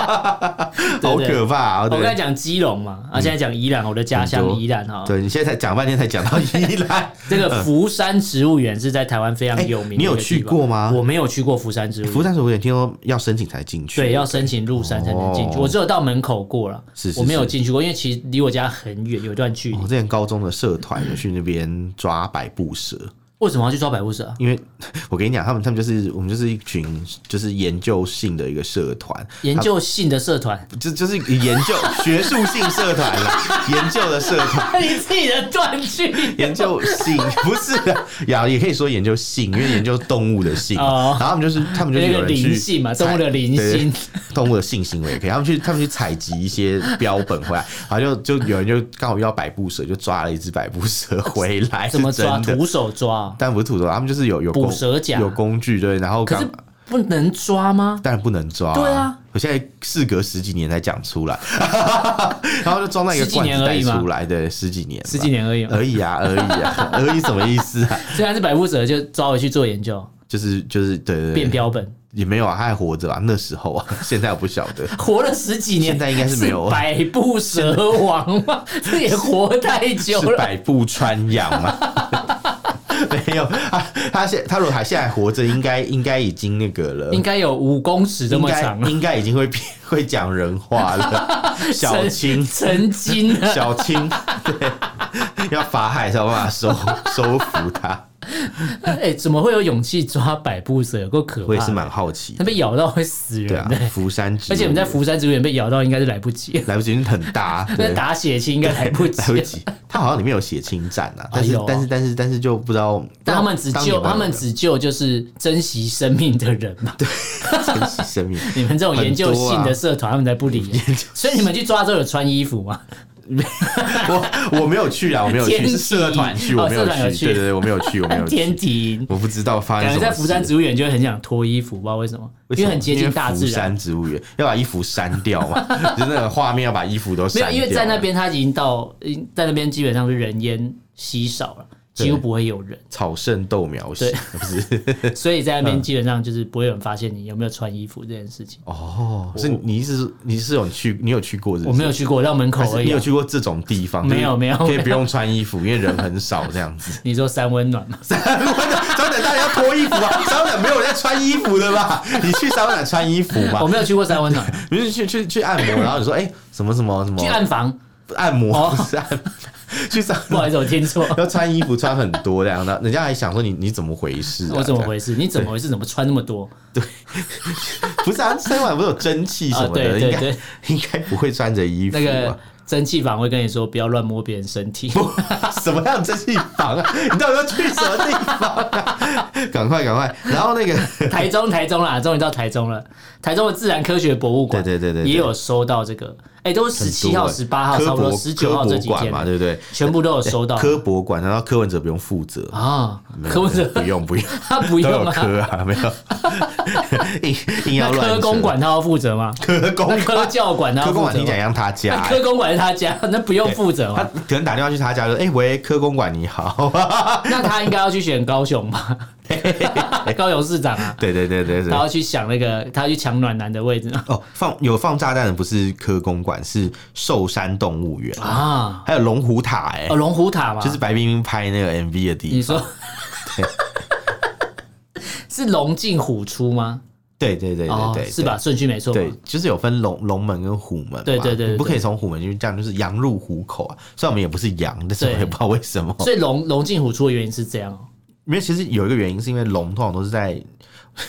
Speaker 2: 好可怕、哦！
Speaker 1: 我
Speaker 2: 对
Speaker 1: 刚
Speaker 2: 嗯
Speaker 1: 才讲基隆嘛，啊，现在讲宜兰，我的家
Speaker 2: 很
Speaker 1: 乡
Speaker 2: 多
Speaker 1: 宜兰哦哈。
Speaker 2: 对你现在才讲半天才讲到宜兰，
Speaker 1: 这个福山植物园是在台湾非常
Speaker 2: 哎
Speaker 1: 有名的一个地
Speaker 2: 你有
Speaker 1: 方、
Speaker 2: 去过吗
Speaker 1: 我没有去过福山植物园，
Speaker 2: 福山水我有点听说要申请才进
Speaker 1: 嗯
Speaker 2: 去，
Speaker 1: 对，要申请入山才能进去。
Speaker 2: 哦
Speaker 1: 我只有到门口过了，
Speaker 2: 是是
Speaker 1: 我没有
Speaker 2: 是
Speaker 1: 进去过，因为其实离我家很远，有一段距离。
Speaker 2: 我哦之前高中的社团有去那边抓百步蛇，
Speaker 1: 为什么要去抓百步蛇啊？
Speaker 2: 因为 我跟你讲，他们他们就是我们就是一群就是研究性的一个社团，
Speaker 1: 研究性的社团，
Speaker 2: 就就是研究学术性社团 啦，研究的社团。
Speaker 1: 你自己的断句。
Speaker 2: 研 究性不是的，呀，也可以说研究性，因为研究动物的性嘛。
Speaker 1: 哦
Speaker 2: 然后他们就是他们就是
Speaker 1: 那
Speaker 2: 有
Speaker 1: 个
Speaker 2: 人去
Speaker 1: 灵性嘛，动物的
Speaker 2: 采
Speaker 1: 灵
Speaker 2: 对
Speaker 1: 性，
Speaker 2: 动物的性行为也可以。他们去他们去采集一些标本回来，然后就就有人就刚好遇到百步蛇，就抓了一只百步蛇回来，
Speaker 1: 怎么
Speaker 2: 是真
Speaker 1: 抓？
Speaker 2: 的
Speaker 1: 徒手抓哦？
Speaker 2: 但不是土豆，他们就是有有
Speaker 1: 捕
Speaker 2: 工
Speaker 1: 蛇甲
Speaker 2: 有工具，对，然后
Speaker 1: 可是
Speaker 2: 刚
Speaker 1: 不能抓吗？
Speaker 2: 当然不能抓、
Speaker 1: 对啊，
Speaker 2: 我现在事隔十几年才讲出来， 然后就装在一个
Speaker 1: 十几
Speaker 2: 罐
Speaker 1: 年
Speaker 2: 子
Speaker 1: 而
Speaker 2: 带
Speaker 1: 已嘛
Speaker 2: 出来，对，十几年吧，
Speaker 1: 十几年而已嘛。
Speaker 2: 而已啊，而已啊， 而已什么意思啊？
Speaker 1: 虽然是百步蛇，就抓回去做研究，
Speaker 2: 就是就是对对对，
Speaker 1: 变标本，
Speaker 2: 也没有啊，他还活着吧？那时候啊， 现在我不晓 得。
Speaker 1: 活了十几年。
Speaker 2: 现在应该是没有
Speaker 1: 百步蛇王 嘛，这也活太久
Speaker 2: 是
Speaker 1: 了。
Speaker 2: 百步穿杨吗？ 没有，他他现他如果还现在活着，应该应该已经那个了，
Speaker 1: 应该有五公尺这
Speaker 2: 应
Speaker 1: 么
Speaker 2: 该
Speaker 1: 长啊了，
Speaker 2: 应该已经会变 会讲人 话了。小青，
Speaker 1: 曾经 啊，
Speaker 2: 小青，对，要法海才有办法收 收服他。
Speaker 1: 哎、怎么会有勇气抓百步蛇？有够可怕！
Speaker 2: 我也是蛮好奇
Speaker 1: 那
Speaker 2: 的，
Speaker 1: 被咬到会死
Speaker 2: 对
Speaker 1: 人
Speaker 2: 啊
Speaker 1: 的、，
Speaker 2: 福山之，
Speaker 1: 而且我们在福山植物园被咬到，应该是来不 及，
Speaker 2: 来不及，因为很大，
Speaker 1: 那
Speaker 2: 对。
Speaker 1: 打血清应该来不及。
Speaker 2: 来不及，他好像里面有血清站啊，但
Speaker 1: 哎
Speaker 2: 是
Speaker 1: 呦
Speaker 2: 但是但是但是就不知道，
Speaker 1: 但他们只
Speaker 2: 当年
Speaker 1: 救
Speaker 2: 有没有
Speaker 1: 他们 只救就是珍惜生命的人嘛。
Speaker 2: 珍惜生命，
Speaker 1: 你们这种研究性
Speaker 2: 很多
Speaker 1: 的
Speaker 2: 啊
Speaker 1: 社团，他们才不理。所以你们去抓之后有穿衣服吗？
Speaker 2: 我我没有去 啊，我没有
Speaker 1: 天
Speaker 2: 去，
Speaker 1: 体
Speaker 2: 是社团去，我没
Speaker 1: 哦社团有
Speaker 2: 有
Speaker 1: 去
Speaker 2: 去，对对对，我没有 去，我没有
Speaker 1: 天
Speaker 2: 去，
Speaker 1: 体营，
Speaker 2: 我不知道发生
Speaker 1: 感
Speaker 2: 什
Speaker 1: 觉
Speaker 2: 么
Speaker 1: 在
Speaker 2: 事。
Speaker 1: 福山植物园就会很想脱衣服，不知道为什么，因
Speaker 2: 什么
Speaker 1: 为很接近大自
Speaker 2: 因为福
Speaker 1: 然
Speaker 2: 山。植物园要把衣服删掉嘛， 就是那个画面要把衣服都
Speaker 1: 没
Speaker 2: 删
Speaker 1: 有，
Speaker 2: 掉。
Speaker 1: 因为在那边它已经到，已经在那边基本上是人烟稀少了，几乎
Speaker 2: 对
Speaker 1: 不会有人。
Speaker 2: 草圣豆苗系
Speaker 1: 对
Speaker 2: 不是？
Speaker 1: 所以在那边基本上就是不会有人发现你有没有穿衣服这件事情。
Speaker 2: 嗯哦，是你意思是你是有去你有去过是不是？
Speaker 1: 我没有去过，我到门口
Speaker 2: 还是
Speaker 1: 而
Speaker 2: 你
Speaker 1: 已
Speaker 2: 有
Speaker 1: 啊。
Speaker 2: 去过这种地方？就是
Speaker 1: 没有没有
Speaker 2: 可以不用穿衣服，因为人很少这样子。
Speaker 1: 你说三温 暖嘛？
Speaker 2: 商展当然要脱衣服啊，商展没有人在穿衣服的吧？你去商展穿衣服
Speaker 1: 我
Speaker 2: 嘛？
Speaker 1: 没有去过三温 暖，
Speaker 2: 你是去去去按摩，然后你说哎、什么什么什么
Speaker 1: 去按房。
Speaker 2: 按摩
Speaker 1: 哦
Speaker 2: 不是按， 去商
Speaker 1: 不好意思，我听 错。
Speaker 2: 要穿衣服穿很多这样的，人家还想说你你怎么回事、啊？
Speaker 1: 我怎么回事？你怎么回事？怎么穿那么多？
Speaker 2: 这样？不是啊，三晚不是有蒸汽什么的，
Speaker 1: 啊对对
Speaker 2: 应该
Speaker 1: 对
Speaker 2: 应该不会穿着衣服、啊。
Speaker 1: 那个蒸汽房会跟你说不要乱摸别人身体。
Speaker 2: 什么样的蒸汽房啊？你到底要去什么地方啊？ 赶快赶快！然后那个
Speaker 1: 台中，台中啦，终于到台中了。台中的自然科学博物馆，
Speaker 2: 对对对对对
Speaker 1: 也有收到这个。哎，都是十七号、十八号，
Speaker 2: 科
Speaker 1: 差不多
Speaker 2: 博
Speaker 1: 十九号这
Speaker 2: 科
Speaker 1: 几
Speaker 2: 博馆
Speaker 1: 天
Speaker 2: 嘛，，对不对？
Speaker 1: 全部都有收到。
Speaker 2: 科博馆，难道柯文哲不用负责？
Speaker 1: 啊，
Speaker 2: 没有
Speaker 1: 可不是
Speaker 2: 不用不用，
Speaker 1: 他 不
Speaker 2: 都有
Speaker 1: 用啊。
Speaker 2: 科啊，没有硬硬要
Speaker 1: 那
Speaker 2: 乱扯。哦
Speaker 1: 科公馆他要负责吗？
Speaker 2: 科公
Speaker 1: 那科教馆他
Speaker 2: 科
Speaker 1: 要
Speaker 2: 公
Speaker 1: 负
Speaker 2: 馆
Speaker 1: 责
Speaker 2: 听起来
Speaker 1: 吗？
Speaker 2: 像他家
Speaker 1: 那
Speaker 2: 欸、
Speaker 1: 科公馆是他家， 那不用负责
Speaker 2: 他
Speaker 1: 嘛？
Speaker 2: 可能打电话去他家，说：“哎、喂，科公馆你好。
Speaker 1: 那他应该要去选高雄吧？高雄市长啊”，
Speaker 2: 对对对对
Speaker 1: 他
Speaker 2: 对。
Speaker 1: 要去想那个，他要去抢暖男的位置
Speaker 2: 哦，放有放炸弹的不是科公馆，是寿山动物园，
Speaker 1: 啊。
Speaker 2: 还有龙虎塔、欸，哎、
Speaker 1: 哦，龙虎塔嘛，
Speaker 2: 就是白冰冰拍那个 MV 的地
Speaker 1: 你
Speaker 2: 方。
Speaker 1: 说是龙进虎出吗？哦
Speaker 2: 对对对对对，
Speaker 1: 是吧？顺序没错吧，
Speaker 2: 对，就是有分龙龙门跟虎门嘛，
Speaker 1: 对对对对对
Speaker 2: 你不可以从虎门就是这样，就是羊入虎口啊。虽然我们也不是羊，但是我
Speaker 1: 对
Speaker 2: 也不知道为什么，
Speaker 1: 所以龙龙进虎出的原因是这样哦。
Speaker 2: 因为其实有一个原因是因为龙通常都是在。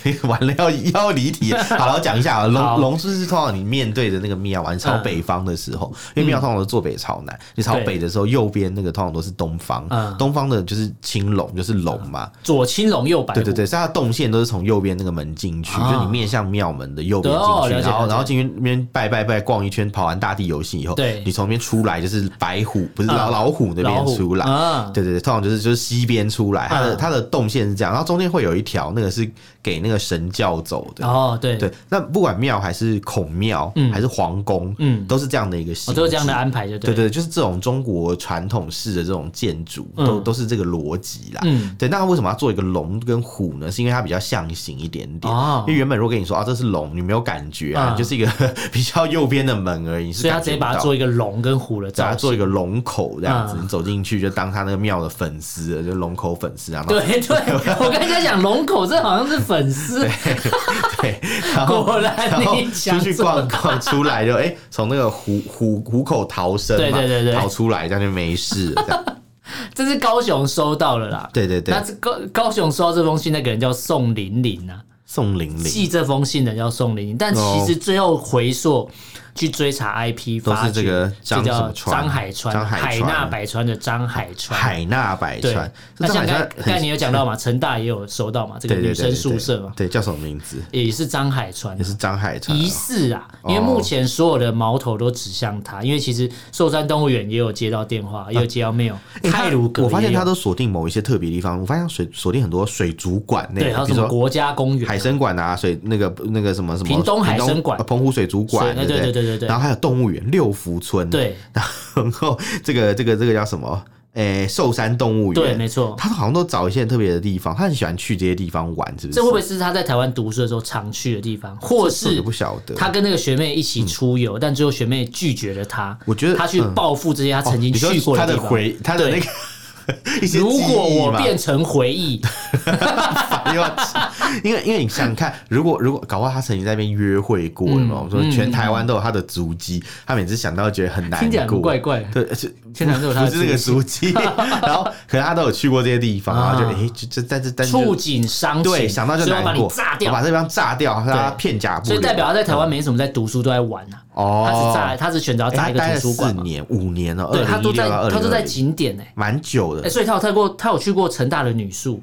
Speaker 2: 完了要要离 题，好了，我讲一下啊，
Speaker 1: 好
Speaker 2: 龙龙就是通常你面对的那个庙啊，你朝北方的时
Speaker 1: 嗯
Speaker 2: 候，因为庙通常都坐北朝南，你朝
Speaker 1: 对
Speaker 2: 北的时候，右边那个通常都是东方
Speaker 1: 嗯，
Speaker 2: 东方的就是青龙，就是龙嘛，
Speaker 1: 左青龙右白虎，
Speaker 2: 对对对，所以它的动线都是从右边那个门进去，
Speaker 1: 啊
Speaker 2: 就你面向庙门的右边
Speaker 1: 对哦
Speaker 2: 进去，
Speaker 1: 了解
Speaker 2: 然
Speaker 1: 了
Speaker 2: 后
Speaker 1: 解
Speaker 2: 然后进去那边拜拜拜逛一圈，跑完大地游戏以后，
Speaker 1: 对
Speaker 2: 你从那边出来就是白虎，不是
Speaker 1: 啊
Speaker 2: 老、老虎那
Speaker 1: 老
Speaker 2: 边
Speaker 1: 虎
Speaker 2: 出来。
Speaker 1: 啊，
Speaker 2: 对对对，通常就是就是西边出来，它的、
Speaker 1: 啊
Speaker 2: 它的动线是这样，然后中间会有一条那个是给那个神教走的，
Speaker 1: 哦对
Speaker 2: 对，那不管庙还是孔庙、还是皇宫，
Speaker 1: 嗯
Speaker 2: 都是这样的一个形
Speaker 1: 哦
Speaker 2: 制，
Speaker 1: 都是这样的安排就
Speaker 2: 对
Speaker 1: 对
Speaker 2: 对，就是这种中国传统式的这种建筑，
Speaker 1: 嗯
Speaker 2: 都都是这个逻辑啦。
Speaker 1: 嗯
Speaker 2: 对，那它为什么要做一个龙跟虎呢？是因为它比较象形一点点。
Speaker 1: 哦
Speaker 2: 因为原本如果跟你说啊，这是龙，你没有感觉啊，
Speaker 1: 嗯
Speaker 2: 你就是一个 比较右边的门而已，你是
Speaker 1: 所以他
Speaker 2: 感
Speaker 1: 直
Speaker 2: 觉
Speaker 1: 接
Speaker 2: 不
Speaker 1: 把它
Speaker 2: 到
Speaker 1: 做一个龙跟虎的
Speaker 2: 对
Speaker 1: 造
Speaker 2: 它做一
Speaker 1: 型，
Speaker 2: 个龙口这样子，
Speaker 1: 嗯
Speaker 2: 你走进去就当他那个庙的粉丝了，就龙口粉丝啊。然后
Speaker 1: 对对， 我刚才讲龙口，这好像是粉丝，
Speaker 2: 对， 然后
Speaker 1: 果然
Speaker 2: 然后
Speaker 1: 你
Speaker 2: 出
Speaker 1: 讲
Speaker 2: 去
Speaker 1: 错
Speaker 2: 逛逛出来就哎，从、那个虎虎虎口逃生嘛，
Speaker 1: 对对对对
Speaker 2: 逃出来这样就没事了。这样
Speaker 1: 这是高雄收到了啦。
Speaker 2: 对对 对
Speaker 1: 那，这高高雄收到这封信，那个人叫宋玲玲啊，
Speaker 2: 宋玲玲
Speaker 1: 寄这封信的人叫宋玲玲，但其实最后回溯去追查 IP，
Speaker 2: 哦都
Speaker 1: 发
Speaker 2: 是
Speaker 1: 觉
Speaker 2: 这个张
Speaker 1: 这
Speaker 2: 什
Speaker 1: 叫
Speaker 2: 么川
Speaker 1: 张海川，
Speaker 2: 张海
Speaker 1: 海
Speaker 2: 川
Speaker 1: 纳百川的张海川。
Speaker 2: 海纳百
Speaker 1: 对
Speaker 2: 川，，这
Speaker 1: 那像
Speaker 2: 张海
Speaker 1: 刚
Speaker 2: 川
Speaker 1: 刚才你有讲到嘛，成大也有收到嘛，这个
Speaker 2: 对对
Speaker 1: 女
Speaker 2: 对
Speaker 1: 生
Speaker 2: 对
Speaker 1: 宿
Speaker 2: 对
Speaker 1: 舍嘛，
Speaker 2: 对，叫什么名字？
Speaker 1: 也是张海川
Speaker 2: 也。是张海川啊
Speaker 1: 疑似啊，因为
Speaker 2: 哦
Speaker 1: 目前所有的矛头都指向他，因为其实寿山动物园也有接到电话，也有接到 mail，
Speaker 2: 欸他
Speaker 1: 泰鲁格
Speaker 2: 我发现
Speaker 1: 也有
Speaker 2: 他都锁定某一些特别地方，我发现水锁定很多水族馆内，
Speaker 1: 对，还有
Speaker 2: 比
Speaker 1: 什
Speaker 2: 如
Speaker 1: 么
Speaker 2: 说
Speaker 1: 国家公园、
Speaker 2: 海参馆啊，水那个那个什么什么
Speaker 1: 屏东海参馆
Speaker 2: 呃澎湖水族馆，
Speaker 1: 水
Speaker 2: 不
Speaker 1: 对对对对对
Speaker 2: 然后还有动物园六福村，，
Speaker 1: 对
Speaker 2: 然后这个这个这个叫什么？诶，寿山动物园，
Speaker 1: 对，没错。
Speaker 2: 他好像都找一些特别的地方，他很喜欢去这些地方玩，是不是？
Speaker 1: 这会不会是他在台湾读书的时候常去的地方，或
Speaker 2: 我就是不晓得？
Speaker 1: 他跟那个学妹一起出游，但最后学妹拒绝了他？
Speaker 2: 嗯我觉得
Speaker 1: 他去
Speaker 2: 嗯
Speaker 1: 报复这些他曾经
Speaker 2: 哦你说
Speaker 1: 去过
Speaker 2: 他
Speaker 1: 地
Speaker 2: 的
Speaker 1: 方。
Speaker 2: 回他的那个 一些
Speaker 1: 如果
Speaker 2: 记忆
Speaker 1: 我
Speaker 2: 嘛
Speaker 1: 变成回忆，
Speaker 2: 又要吃，因为因为你想想看，如果如果搞不好他曾经在那边约会过，有
Speaker 1: 嗯
Speaker 2: 没有？我说全台湾都有他的足迹，他每次想到觉得很 难
Speaker 1: 听起来
Speaker 2: 过，
Speaker 1: 很怪怪。
Speaker 2: 对，而且
Speaker 1: 天然都有他的
Speaker 2: 不是那个足迹， 然后可能他都有去过这些地方，然后就
Speaker 1: 啊
Speaker 2: 诶，就就但是但是
Speaker 1: 触
Speaker 2: 就
Speaker 1: 景伤情，
Speaker 2: 对想到就
Speaker 1: 所以我
Speaker 2: 难
Speaker 1: 把
Speaker 2: 过，
Speaker 1: 你炸
Speaker 2: 我把
Speaker 1: 掉。
Speaker 2: 这地方炸掉，让他
Speaker 1: 对
Speaker 2: 骗假不
Speaker 1: 所以代表他
Speaker 2: 留
Speaker 1: 在台湾没什么在读书，都在玩啊。
Speaker 2: 哦，
Speaker 1: 他是炸，他是选择要
Speaker 2: 诶
Speaker 1: 炸一个
Speaker 2: 他待
Speaker 1: 图
Speaker 2: 了
Speaker 1: 书
Speaker 2: 四
Speaker 1: 馆嘛。
Speaker 2: 年五年了，
Speaker 1: 对他都在，
Speaker 2: 2016
Speaker 1: 他都在景点呢。
Speaker 2: 蛮久
Speaker 1: 哎，
Speaker 2: 的，
Speaker 1: 所以他有他过，他有去过成大的女宿。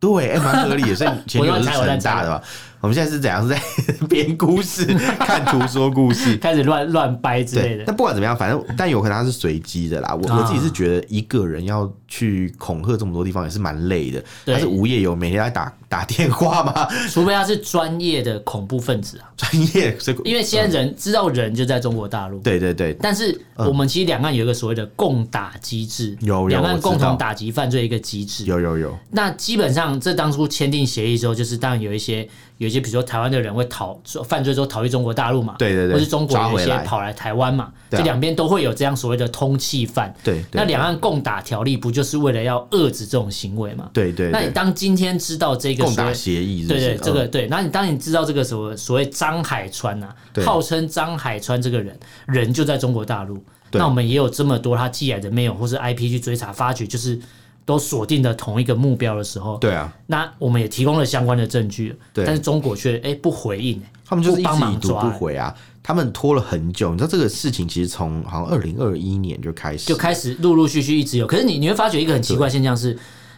Speaker 2: 对，哎，蛮合理 的。所以前女
Speaker 1: 我乱
Speaker 2: 友是
Speaker 1: 猜我乱
Speaker 2: 成
Speaker 1: 猜
Speaker 2: 大的吧？我们现在是怎样？是在 编故事、看图说 故事？
Speaker 1: 开始乱乱掰之类
Speaker 2: 对，
Speaker 1: 的
Speaker 2: 但。不管怎么样，反正但有可能它是随机的啦。我、
Speaker 1: 啊
Speaker 2: 我自己是觉得一个人要去恐吓这么多地方也是蛮累的。
Speaker 1: 对
Speaker 2: 他是无业游，每天在打打电话嘛，
Speaker 1: 除非他是专业的恐怖分子啊，
Speaker 2: 专业这个
Speaker 1: 因为现在
Speaker 2: 嗯
Speaker 1: 人知道人就在中国大陆。
Speaker 2: 对对对
Speaker 1: 但是我们其实两岸有一个所谓的共打机制，
Speaker 2: 有有
Speaker 1: 两岸
Speaker 2: 我知道
Speaker 1: 共同打击犯罪的一个机制。
Speaker 2: 有有有，
Speaker 1: 那基本上这当初签订协议之后，就是当然有一些有一些，比如说台湾的人会逃犯罪之后逃去中国大陆嘛，
Speaker 2: 对对对
Speaker 1: 或是中国有一
Speaker 2: 抓
Speaker 1: 些
Speaker 2: 回来
Speaker 1: 跑来台湾嘛，
Speaker 2: 对啊
Speaker 1: 这两边都会有这样所谓的通缉犯。
Speaker 2: 对对
Speaker 1: 那两岸共打条例不就是为了要遏制这种行为嘛？
Speaker 2: 对对
Speaker 1: 那你
Speaker 2: 对，
Speaker 1: 当今天知道这个
Speaker 2: 共
Speaker 1: 所
Speaker 2: 打
Speaker 1: 谓
Speaker 2: 协议是不
Speaker 1: 对
Speaker 2: 是
Speaker 1: 对，这个
Speaker 2: 嗯
Speaker 1: 对。那你当你知道这个所所谓张海川呐、
Speaker 2: 对
Speaker 1: 号称张海川这个人，人就在中国大陆。
Speaker 2: 对
Speaker 1: 那我们也有这么多他寄来的 mail 或是 IP 去追查，发觉就是都锁定了同一个目标的时候，
Speaker 2: 对啊，
Speaker 1: 那我们也提供了相关的证据，
Speaker 2: 对
Speaker 1: 但是中国却哎、不回应、哎
Speaker 2: 他们就是
Speaker 1: 不
Speaker 2: 一直
Speaker 1: 帮
Speaker 2: 已
Speaker 1: 忙
Speaker 2: 读
Speaker 1: 抓、
Speaker 2: 不
Speaker 1: 哎
Speaker 2: 回啊。他们拖了很久，你知道这个事情其实从好像二零二一年就开始，
Speaker 1: 就开始陆陆续续一直有。可是你你会发觉一个很奇怪的现象是，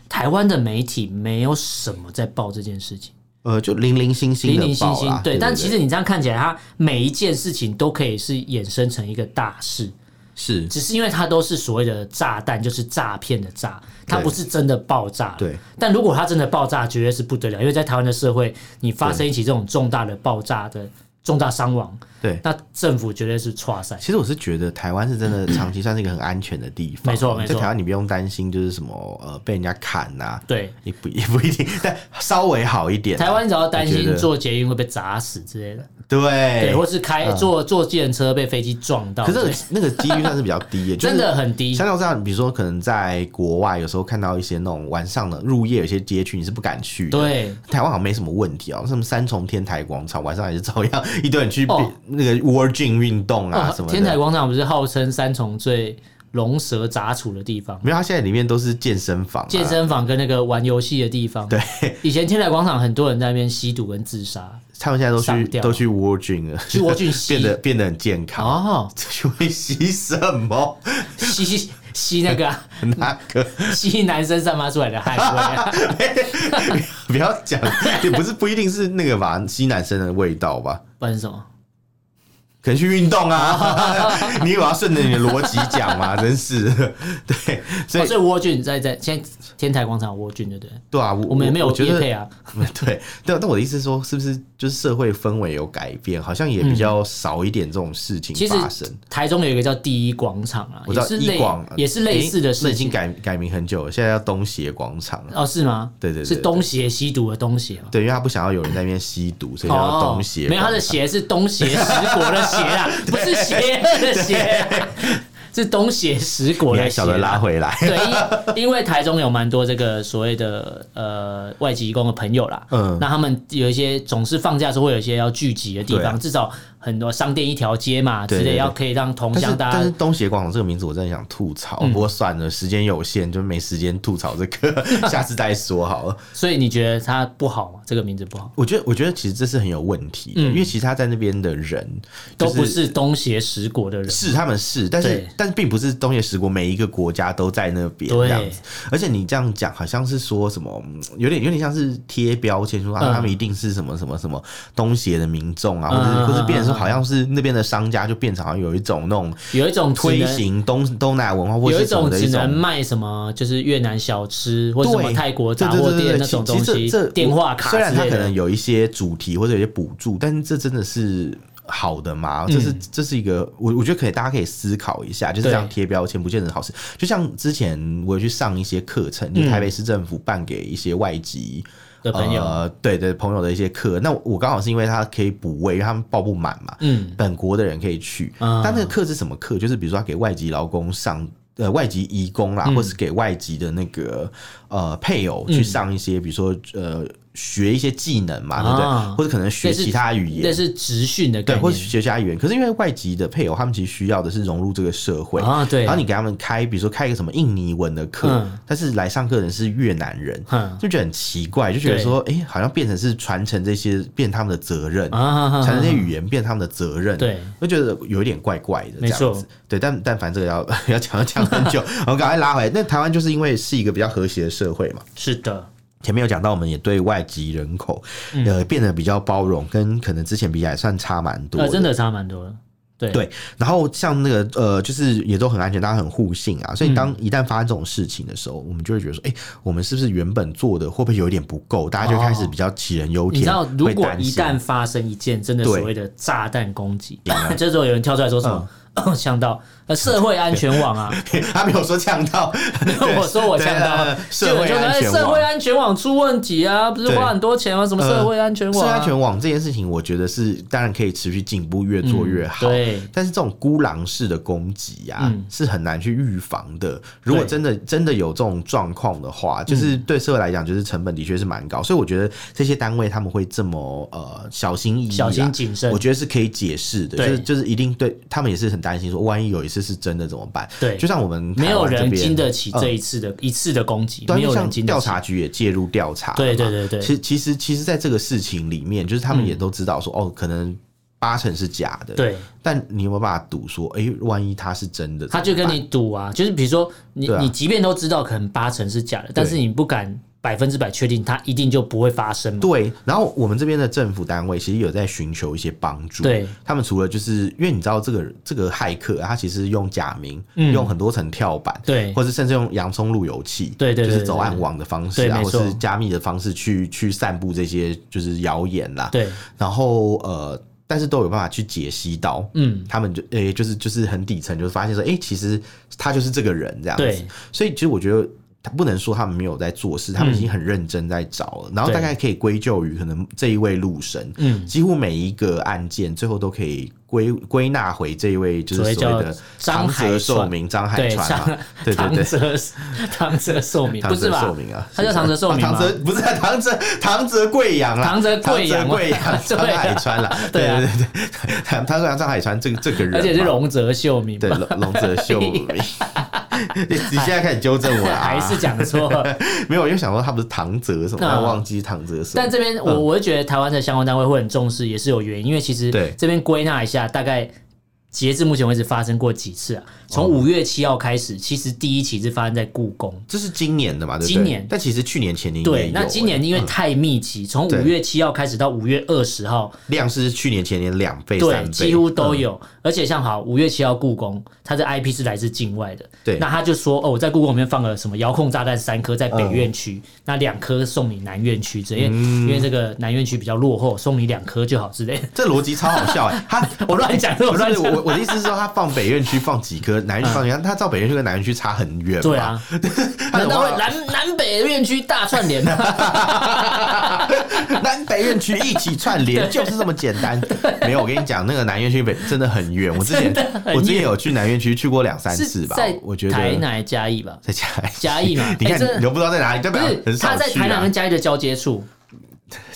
Speaker 1: 台湾的媒体没有什么在报这件事情。
Speaker 2: 呃就零零星星
Speaker 1: 零
Speaker 2: 的
Speaker 1: 零星
Speaker 2: 报
Speaker 1: 星
Speaker 2: 啦，
Speaker 1: 对，
Speaker 2: 对，
Speaker 1: 但
Speaker 2: 对
Speaker 1: 其实你这样看起来，它每一件事情都可以是衍生成一个大事，
Speaker 2: 是
Speaker 1: 只是因为它都是所谓的炸弹，就是诈骗的诈，它
Speaker 2: 对
Speaker 1: 不是真的爆炸。
Speaker 2: 对，
Speaker 1: 但如果它真的爆炸，绝对是不得了，因为在台湾的社会，你发生一起这种重大的爆炸的重大伤亡，
Speaker 2: 对，
Speaker 1: 那政府绝对是差赛。
Speaker 2: 其实我是觉得台湾是真 的长期算是一个很安全的地方，
Speaker 1: 没错没错
Speaker 2: 在台湾你不用担心就是什么呃被人家砍呐、
Speaker 1: 对，
Speaker 2: 也不 也不一定，但稍微好一点啊、
Speaker 1: 台湾只要担
Speaker 2: 我觉
Speaker 1: 心
Speaker 2: 得哎
Speaker 1: 坐捷运会被砸死之类的，
Speaker 2: 对
Speaker 1: 对，或是开坐坐计程车被飞机撞到，
Speaker 2: 啊可是那
Speaker 1: 对
Speaker 2: 个 那个几率算是比较 低耶，就
Speaker 1: 真
Speaker 2: 是
Speaker 1: 的很低
Speaker 2: 相。较之下，比如说可能在国外，有时候看到一些那种晚上的入夜，有些街区你是不敢去的。
Speaker 1: 对，
Speaker 2: 台湾好像没什么问题哦，什么三重天台广场晚上也是照样一堆人去
Speaker 1: 哦
Speaker 2: 那个 War Gym 运动啊
Speaker 1: 哦
Speaker 2: 什么的。
Speaker 1: 天台广场不是号称三重最龙蛇杂处的地方吗？
Speaker 2: 没有，它现在里面都是健身房、啊，
Speaker 1: 健身房跟那个玩游戏的地方。
Speaker 2: 对，
Speaker 1: 以前天台广场很多人在那边吸毒跟自杀，
Speaker 2: 他们现在都
Speaker 1: 上
Speaker 2: 去
Speaker 1: 吊
Speaker 2: 都去 War Gym 了，
Speaker 1: 去 War Gym 吸
Speaker 2: 变得变得很健康。
Speaker 1: 哦，
Speaker 2: 去会吸什么？
Speaker 1: 吸 吸那个啊、
Speaker 2: 那个
Speaker 1: 吸男生散发出来的汗味啊、
Speaker 2: 不要讲，也不是不一定是那个吧，吸男生的味道吧。
Speaker 1: 不然是什么？
Speaker 2: 可能去运 动啊！你以为我要顺着你的逻辑讲吗？真是的，对，所
Speaker 1: 哦、
Speaker 2: 以
Speaker 1: 所以蜗菌在在现在天台广场有蜗菌对不对？
Speaker 2: 对啊，我
Speaker 1: 我们也没有
Speaker 2: 我觉
Speaker 1: 业
Speaker 2: 得
Speaker 1: 配啊，
Speaker 2: 对，但但我的意思是说，是不是就是社会氛围有改变，好像也比较少一点这种事情
Speaker 1: 其实
Speaker 2: 发生。
Speaker 1: 台中有一个叫第一广场啊，
Speaker 2: 我知
Speaker 1: 也
Speaker 2: 道
Speaker 1: 是
Speaker 2: 一
Speaker 1: 类
Speaker 2: 广
Speaker 1: 也是类似的
Speaker 2: 那
Speaker 1: 事
Speaker 2: 已经
Speaker 1: 情。
Speaker 2: 改改名很久了，现在叫东协广场了。
Speaker 1: 哦，是吗？
Speaker 2: 对对对对
Speaker 1: 是东邪吸毒的东邪吗？
Speaker 2: 对，因为他不想要有人在那边吸毒，所以叫
Speaker 1: 哦
Speaker 2: 东，协广场。
Speaker 1: 没有，他的邪是东邪十国的邪 啊，不是邪恶的邪啊，是东邪十国
Speaker 2: 你
Speaker 1: 的
Speaker 2: 还
Speaker 1: 邪
Speaker 2: 晓
Speaker 1: 啊。
Speaker 2: 得拉回 来。
Speaker 1: 对，因因为台中有蛮多这个所谓的呃外籍移工的朋友啦，
Speaker 2: 嗯
Speaker 1: 嗯，那他们有一些总是放假的时候会有一些要聚集的地
Speaker 2: 对
Speaker 1: 方，
Speaker 2: 啊
Speaker 1: 至少很多商店一条街嘛之
Speaker 2: 对对
Speaker 1: 类，
Speaker 2: 对
Speaker 1: 要可以让同
Speaker 2: 但是
Speaker 1: 乡大嗯
Speaker 2: 但是
Speaker 1: 家。
Speaker 2: 东协广场这个名字我真的想吐槽，不过算了，时间有限，就没时间吐槽 这个，下次再说好了。
Speaker 1: 所以你觉得它不好吗？这个名字不好，
Speaker 2: 我觉得，我觉得其实这是很有问题的，因为其实他在那边的人、
Speaker 1: 嗯
Speaker 2: 就
Speaker 1: 都不是东协十国的人。
Speaker 2: 是他们是，但是
Speaker 1: 对
Speaker 2: 但是并不是东协十国每一个国家都在那边这
Speaker 1: 对
Speaker 2: 样子。而且你这样讲，好像是说什么，嗯有点有点像是贴标签，说啊
Speaker 1: 嗯
Speaker 2: 他们一定是什么什么什么东协的民众啊，或者
Speaker 1: 嗯
Speaker 2: 是
Speaker 1: 嗯
Speaker 2: 或者变成
Speaker 1: 嗯嗯
Speaker 2: 说好像是那边的商家就变成好像有一种那种
Speaker 1: 有一种只
Speaker 2: 推
Speaker 1: 能，
Speaker 2: 行东东南亚文化或
Speaker 1: 有
Speaker 2: 是
Speaker 1: 一
Speaker 2: 什么
Speaker 1: 种
Speaker 2: 的
Speaker 1: 只
Speaker 2: 一
Speaker 1: 能
Speaker 2: 种。
Speaker 1: 卖什么，就是越南小吃或者什
Speaker 2: 对，
Speaker 1: 么泰国
Speaker 2: 对
Speaker 1: 杂
Speaker 2: 对
Speaker 1: 货
Speaker 2: 对对
Speaker 1: 店
Speaker 2: 对
Speaker 1: 那种
Speaker 2: 其
Speaker 1: 东
Speaker 2: 其实
Speaker 1: 西
Speaker 2: 这这，
Speaker 1: 电话卡
Speaker 2: 虽然
Speaker 1: 之
Speaker 2: 它
Speaker 1: 类
Speaker 2: 可
Speaker 1: 的
Speaker 2: 能。有一些主题或者有一些补助，但是这真的是好的吗？这是、这是一个我我觉得可以大家可以思考一下，就是这
Speaker 1: 嗯对
Speaker 2: 样贴标签不见得是好事。就像之前我有去上一些课程，就是台北市政府办给一些外籍。
Speaker 1: 嗯的朋友
Speaker 2: 呃，对对，朋友的一些课，那我刚好是因为他可以补位，因为他们报不满嘛，
Speaker 1: 嗯，
Speaker 2: 本国的人可以去，
Speaker 1: 啊
Speaker 2: 但那个课是什么课？就是比如说他给外籍劳工上。呃，外籍移工啦，
Speaker 1: 嗯
Speaker 2: 或是给外籍的那个呃配偶去上一些，比如说呃学一些技能嘛，对不
Speaker 1: 啊
Speaker 2: 对？或者可能学
Speaker 1: 类似
Speaker 2: 其他语言，
Speaker 1: 那是直训的概
Speaker 2: 对，
Speaker 1: 念。
Speaker 2: 或是学其他语言。可是因为外籍的配偶，他们其实需要的是融入这个社会
Speaker 1: 啊对
Speaker 2: 然后你给他们开，比如说开一个什么印尼文的课，
Speaker 1: 嗯
Speaker 2: 但是来上课的人是越南人，
Speaker 1: 嗯
Speaker 2: 就觉得很奇怪，就觉得
Speaker 1: 对
Speaker 2: 说，哎、好像变成是传承这些，变他们的责任，
Speaker 1: 啊，哈
Speaker 2: 传承
Speaker 1: 哈
Speaker 2: 这些语言变他们的责任，
Speaker 1: 对，
Speaker 2: 就觉得有一点怪怪的，
Speaker 1: 没错
Speaker 2: 这样子，对，但但凡这个要 要讲要讲很 久，我们赶快拉回来。那台湾就是因为是一个比较和谐的社会嘛，
Speaker 1: 是的，
Speaker 2: 前面有讲到，我们也对外籍人口，
Speaker 1: 嗯
Speaker 2: 呃，变得比较包容，跟可能之前比起来算差蛮多
Speaker 1: 呃，真的差蛮多的。对
Speaker 2: 对，然后像那个呃，就是也都很安全，大家很互信啊。
Speaker 1: 嗯
Speaker 2: 所以当一旦发生这种事情的时候，我们就会觉得说，哎、我们是不是原本做的会不会有点不够？大家就开始比较杞人忧
Speaker 1: 哦你
Speaker 2: 天，
Speaker 1: 知道，如
Speaker 2: 会
Speaker 1: 果
Speaker 2: 担
Speaker 1: 一
Speaker 2: 心
Speaker 1: 旦发生一件真的
Speaker 2: 对嗯
Speaker 1: 所谓的炸弹攻击， 这时候有人跳出来说什么？呛到，呃，社会安全网啊！
Speaker 2: 他没有说呛到， 对
Speaker 1: 我说我呛
Speaker 2: 对
Speaker 1: 到
Speaker 2: 呃，
Speaker 1: 就有
Speaker 2: 社
Speaker 1: 人
Speaker 2: 会
Speaker 1: 说
Speaker 2: 安
Speaker 1: 哎
Speaker 2: 全
Speaker 1: 社会
Speaker 2: 网。
Speaker 1: 安全网出问题啊，不是
Speaker 2: 对
Speaker 1: 花很多钱吗？什么社会安全
Speaker 2: 社
Speaker 1: 网
Speaker 2: 会
Speaker 1: 啊？
Speaker 2: 安全网这件事情，我觉得是当然可以持续进步，越做越好。
Speaker 1: 嗯对
Speaker 2: 但是这种孤狼式的攻击啊，
Speaker 1: 嗯
Speaker 2: 是很难去预防的。如果
Speaker 1: 对
Speaker 2: 真的真的有这种状况的话，就是对社会来讲，就是成本的确是蛮高。所以我觉得这些单位他们会这么呃小心翼翼啊、
Speaker 1: 小心谨慎
Speaker 2: 我觉得是可以解释的。
Speaker 1: 对
Speaker 2: 就是就是一定对他们也是很担心，说万一有一次是真的怎么办？
Speaker 1: 对
Speaker 2: 就像我们
Speaker 1: 没
Speaker 2: 台
Speaker 1: 有
Speaker 2: 湾这
Speaker 1: 人
Speaker 2: 边
Speaker 1: 经得起
Speaker 2: 嗯
Speaker 1: 这一次的一次的攻击，
Speaker 2: 对啊，
Speaker 1: 没
Speaker 2: 就
Speaker 1: 有
Speaker 2: 像
Speaker 1: 人经
Speaker 2: 调
Speaker 1: 得起。
Speaker 2: 查局也介入调查了嘛，
Speaker 1: 对对对对
Speaker 2: 其实其实其实，在这个事情里面，就是他们也都知道说，哦，可能八成是假的。。
Speaker 1: 对，
Speaker 2: 但你有没有办法赌说，哎、万一他是真的？
Speaker 1: 他就跟你赌啊，就是比如说你、
Speaker 2: 对啊
Speaker 1: 你即便都知道可能八成是假的，但是你不敢百分之百确定它一定就不会发生嘛。
Speaker 2: 对，然后我们这边的政府单位其实有在寻求一些帮助。
Speaker 1: 对，
Speaker 2: 他们除了就是因为你知道这个这个骇客啊，他其实用假名，用很多层跳板，
Speaker 1: 嗯对
Speaker 2: 或是甚至用洋葱路由器，
Speaker 1: 对对对
Speaker 2: 就是
Speaker 1: 对
Speaker 2: 走
Speaker 1: 对
Speaker 2: 暗网的方式
Speaker 1: 对
Speaker 2: 啊，
Speaker 1: 没
Speaker 2: 或是
Speaker 1: 错
Speaker 2: 加密的方式去去散布这些就是谣言啦。
Speaker 1: 对
Speaker 2: 然后呃，但是都有办法去解析到，
Speaker 1: 嗯，
Speaker 2: 他们就诶、就是就是很底层，就是发现说，诶、其实他就是这个人这样子
Speaker 1: 对。
Speaker 2: 所以其实我觉得。他不能说他们没有在做事，他们已经很认真在找了，然后大概可以归咎于可能这一位陆神，
Speaker 1: 嗯，
Speaker 2: 几乎每一个案件最后都可以归归纳回这一位就是所谓的
Speaker 1: 所谓叫张
Speaker 2: 长
Speaker 1: 海
Speaker 2: 泽寿
Speaker 1: 川
Speaker 2: 明张海
Speaker 1: 对，
Speaker 2: 川嘛
Speaker 1: 长，
Speaker 2: 对对
Speaker 1: 长
Speaker 2: 对，
Speaker 1: 泽长泽寿明
Speaker 2: 唐
Speaker 1: 不是
Speaker 2: 泽
Speaker 1: 吧
Speaker 2: 寿？明啊，
Speaker 1: 他叫唐泽寿明
Speaker 2: 啊
Speaker 1: 吗
Speaker 2: 唐泽 不是啊唐泽唐泽贵阳啦，
Speaker 1: 唐泽贵阳
Speaker 2: 唐泽
Speaker 1: 对
Speaker 2: 贵阳张
Speaker 1: 啊
Speaker 2: 海川啦，
Speaker 1: 对
Speaker 2: 对
Speaker 1: 啊
Speaker 2: 对对对，唐唐泽阳张海川这个这个人嘛，
Speaker 1: 而且是龙泽秀明
Speaker 2: 对
Speaker 1: 吧，
Speaker 2: 龙龙泽秀明，你你现在开始纠正我了啊，
Speaker 1: 还是讲错？
Speaker 2: 没有，因为想说他不是唐泽什么，
Speaker 1: 啊
Speaker 2: 但忘记唐泽什么，
Speaker 1: 但这边
Speaker 2: 嗯
Speaker 1: 我我会觉得台湾的相关单位会很重视，也是有原因，因为其实
Speaker 2: 对
Speaker 1: 这边归纳一下，大概截至目前为止发生过几次啊？
Speaker 2: 哦
Speaker 1: 从五月七号开始，其实第一起是发生在故宫。
Speaker 2: 这是今年的嘛，对不对？
Speaker 1: 今年
Speaker 2: 但其实去年前年也
Speaker 1: 对，
Speaker 2: 有欸嗯
Speaker 1: 那今年因为太密集，从
Speaker 2: 对
Speaker 1: 五月七号开始到五月二十号，
Speaker 2: 量是去年前年两倍、三
Speaker 1: 对，
Speaker 2: 倍，
Speaker 1: 几乎都
Speaker 2: 嗯
Speaker 1: 有。而且像好，五月七号故宫，它的 IP 是来自境外的，
Speaker 2: 对
Speaker 1: 那他就说哦，我在故宫里面放了什么遥控炸弹三颗在北院区，
Speaker 2: 嗯
Speaker 1: 那两颗送你南院区之类，因为因为这个南院区比较落后，送你两颗就好之类的。
Speaker 2: 这逻辑超好笑哎、他
Speaker 1: 我乱讲的，我
Speaker 2: 不
Speaker 1: 乱
Speaker 2: 是
Speaker 1: 讲
Speaker 2: 我
Speaker 1: 的。
Speaker 2: 我的意思是说，他放北院区放几颗，南院区放几颗，他照北院区跟南院区差很远嘛。
Speaker 1: 对啊，
Speaker 2: 他
Speaker 1: 难
Speaker 2: 有啊
Speaker 1: 道
Speaker 2: 办
Speaker 1: 会
Speaker 2: 法，
Speaker 1: 南南北院区大串联 吗？
Speaker 2: 南北院区一起串联，就是这么简单。没有，我跟你讲，那个南院区北真的很远。我之前
Speaker 1: 真的很远
Speaker 2: 我之前有去南院区去过两三次
Speaker 1: 是
Speaker 2: 吧
Speaker 1: 在，
Speaker 2: 我觉得
Speaker 1: 台南嘉义吧？
Speaker 2: 在嘉义
Speaker 1: 嘉义嘛
Speaker 2: 你
Speaker 1: 哎
Speaker 2: 看
Speaker 1: 这
Speaker 2: 你都不知道在哪里，代
Speaker 1: 不
Speaker 2: 表很
Speaker 1: 是，
Speaker 2: 少
Speaker 1: 他在
Speaker 2: 去
Speaker 1: 台南
Speaker 2: 啊
Speaker 1: 跟。嘉义的交接处。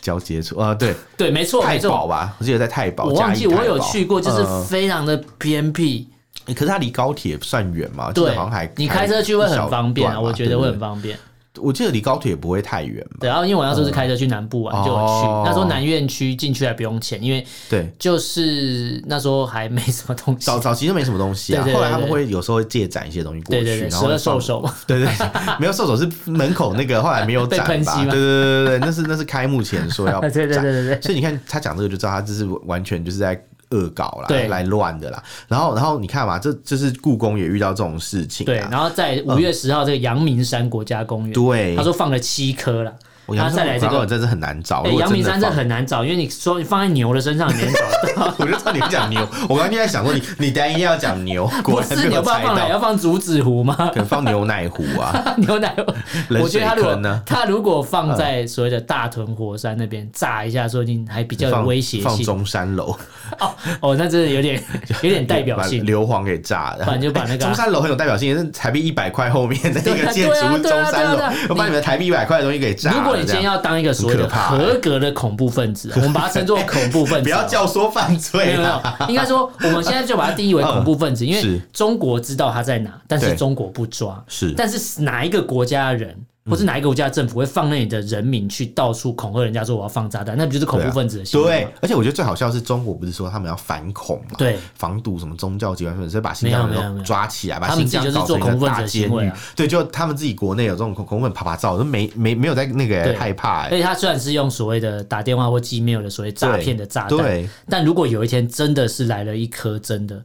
Speaker 2: 交接处啊，对，
Speaker 1: 对，没错，
Speaker 2: 太
Speaker 1: 没
Speaker 2: 保
Speaker 1: 错。
Speaker 2: 吧，我记得在太保。
Speaker 1: 我忘记
Speaker 2: 嘉义
Speaker 1: 我有
Speaker 2: 太保
Speaker 1: 去过，就是
Speaker 2: 嗯
Speaker 1: 非常的偏僻。
Speaker 2: 欸可是它离高铁算远嘛？我记得
Speaker 1: 对
Speaker 2: 好像还，
Speaker 1: 你开车去会
Speaker 2: 一小
Speaker 1: 很方便
Speaker 2: 段
Speaker 1: 啊，
Speaker 2: 嘛
Speaker 1: 我觉得会。
Speaker 2: 对
Speaker 1: 很
Speaker 2: 不对
Speaker 1: 方便。
Speaker 2: 我记得离高铁不会太远嘛。
Speaker 1: 对，然后因为我那时候是开车去南部玩，
Speaker 2: 嗯
Speaker 1: 就有去。
Speaker 2: 哦
Speaker 1: 那时候南院区进去还不用钱，因为
Speaker 2: 对，
Speaker 1: 就是那时候还没什么东西
Speaker 2: 早。早期都没什么东西啊，
Speaker 1: 对对对
Speaker 2: 后来他们会有时候会借展一些东西过
Speaker 1: 对
Speaker 2: 去，
Speaker 1: 对对，
Speaker 2: 然
Speaker 1: 十
Speaker 2: 后
Speaker 1: 二
Speaker 2: 放
Speaker 1: 兽。手嘛，
Speaker 2: 对 对，对没有兽手是门口那个，后来没 有
Speaker 1: 被
Speaker 2: 展
Speaker 1: 喷
Speaker 2: 吧？
Speaker 1: 漆
Speaker 2: 对
Speaker 1: 吗
Speaker 2: 对对对对，那是那是开幕前说 要
Speaker 1: 对对对
Speaker 2: 展
Speaker 1: 对对
Speaker 2: 所以你看他讲这个就知道他这是完全就是在恶搞啦
Speaker 1: 对，
Speaker 2: 来乱的啦。然后然后你看嘛，这就是故宫也遇到这种事情
Speaker 1: 对。
Speaker 2: 啊。
Speaker 1: 然后在五月十号这个阳明山国家公园，
Speaker 2: 对
Speaker 1: 他说放了七颗了。
Speaker 2: 我
Speaker 1: 他
Speaker 2: 哦阳
Speaker 1: 再来这个，
Speaker 2: 真是很难找。
Speaker 1: 哎，
Speaker 2: 如果
Speaker 1: 阳明
Speaker 2: 真
Speaker 1: 山
Speaker 2: 的
Speaker 1: 这
Speaker 2: 放
Speaker 1: 很难找，因为你说你放在牛的身上，你很找 不到。
Speaker 2: 我就知道你会讲牛，我刚刚就在想说你，你等一下一定要 讲牛， 果
Speaker 1: 不
Speaker 2: 然
Speaker 1: 是
Speaker 2: 被
Speaker 1: 牛
Speaker 2: 我
Speaker 1: 不要
Speaker 2: 猜
Speaker 1: 放哪，要
Speaker 2: 到。
Speaker 1: 放竹子湖吗
Speaker 2: 可？能放牛奶壶啊，
Speaker 1: 牛奶，我觉得他如果
Speaker 2: 冷水坑啊嗯呢
Speaker 1: 他如果放在所谓的大屯火山那边炸一下，说不定还比较有
Speaker 2: 放
Speaker 1: 威胁
Speaker 2: 放
Speaker 1: 性。
Speaker 2: 中山楼，
Speaker 1: 哦哦，那真的有 点有点代表
Speaker 2: 把
Speaker 1: 性。
Speaker 2: 硫磺给炸
Speaker 1: 不
Speaker 2: 了。
Speaker 1: 然就把那个啊
Speaker 2: 中山楼很有代表性，是台币一百块后面的那
Speaker 1: 对啊
Speaker 2: 个建筑
Speaker 1: 对啊
Speaker 2: 物，
Speaker 1: 对啊
Speaker 2: 中山
Speaker 1: 对啊
Speaker 2: 楼
Speaker 1: 对啊，
Speaker 2: 我把你们台币一百块的东西给炸了。
Speaker 1: 如果你今天
Speaker 2: 这样
Speaker 1: 要当一个所谓的
Speaker 2: 很可怕欸
Speaker 1: 合格的恐怖分 子，啊我们把它称作恐怖分子，啊
Speaker 2: 不要教唆犯
Speaker 1: 没
Speaker 2: 罪
Speaker 1: 有没有
Speaker 2: 啦，，嗯
Speaker 1: 应该说我们现在就把它定义 为恐怖分子，因
Speaker 2: 是
Speaker 1: 为中国知道他在哪，但是
Speaker 2: 对
Speaker 1: 中国不抓。
Speaker 2: 是嗯
Speaker 1: 但是哪一个国家的人，或是哪一个国家的政府会放任你的人民去到处恐吓人家说我要放炸弹，那不就是恐怖分子的行为
Speaker 2: 对啊
Speaker 1: 吗？，
Speaker 2: 而且我觉得最好笑的是，中国不是说他们要反恐嘛，
Speaker 1: 对，
Speaker 2: 防堵什么宗教集团分子，所以把新疆
Speaker 1: 没有没有没
Speaker 2: 人
Speaker 1: 有
Speaker 2: 都抓起来，把
Speaker 1: 他们
Speaker 2: 新
Speaker 1: 自己
Speaker 2: 疆
Speaker 1: 就是
Speaker 2: 搞
Speaker 1: 做
Speaker 2: 成一
Speaker 1: 恐怖
Speaker 2: 个
Speaker 1: 分子
Speaker 2: 大
Speaker 1: 的行
Speaker 2: 监
Speaker 1: 为
Speaker 2: 狱
Speaker 1: 啊。
Speaker 2: 对，就他们自己国内有这种恐恐怖分子啪啪照，都没没没有在那个
Speaker 1: 对
Speaker 2: 害怕
Speaker 1: 而
Speaker 2: 欸，
Speaker 1: 且他虽然是用所谓的打电话或 Gmail 的所谓诈骗的炸弹，
Speaker 2: 对，
Speaker 1: 但如果有一天真的是来了一颗真的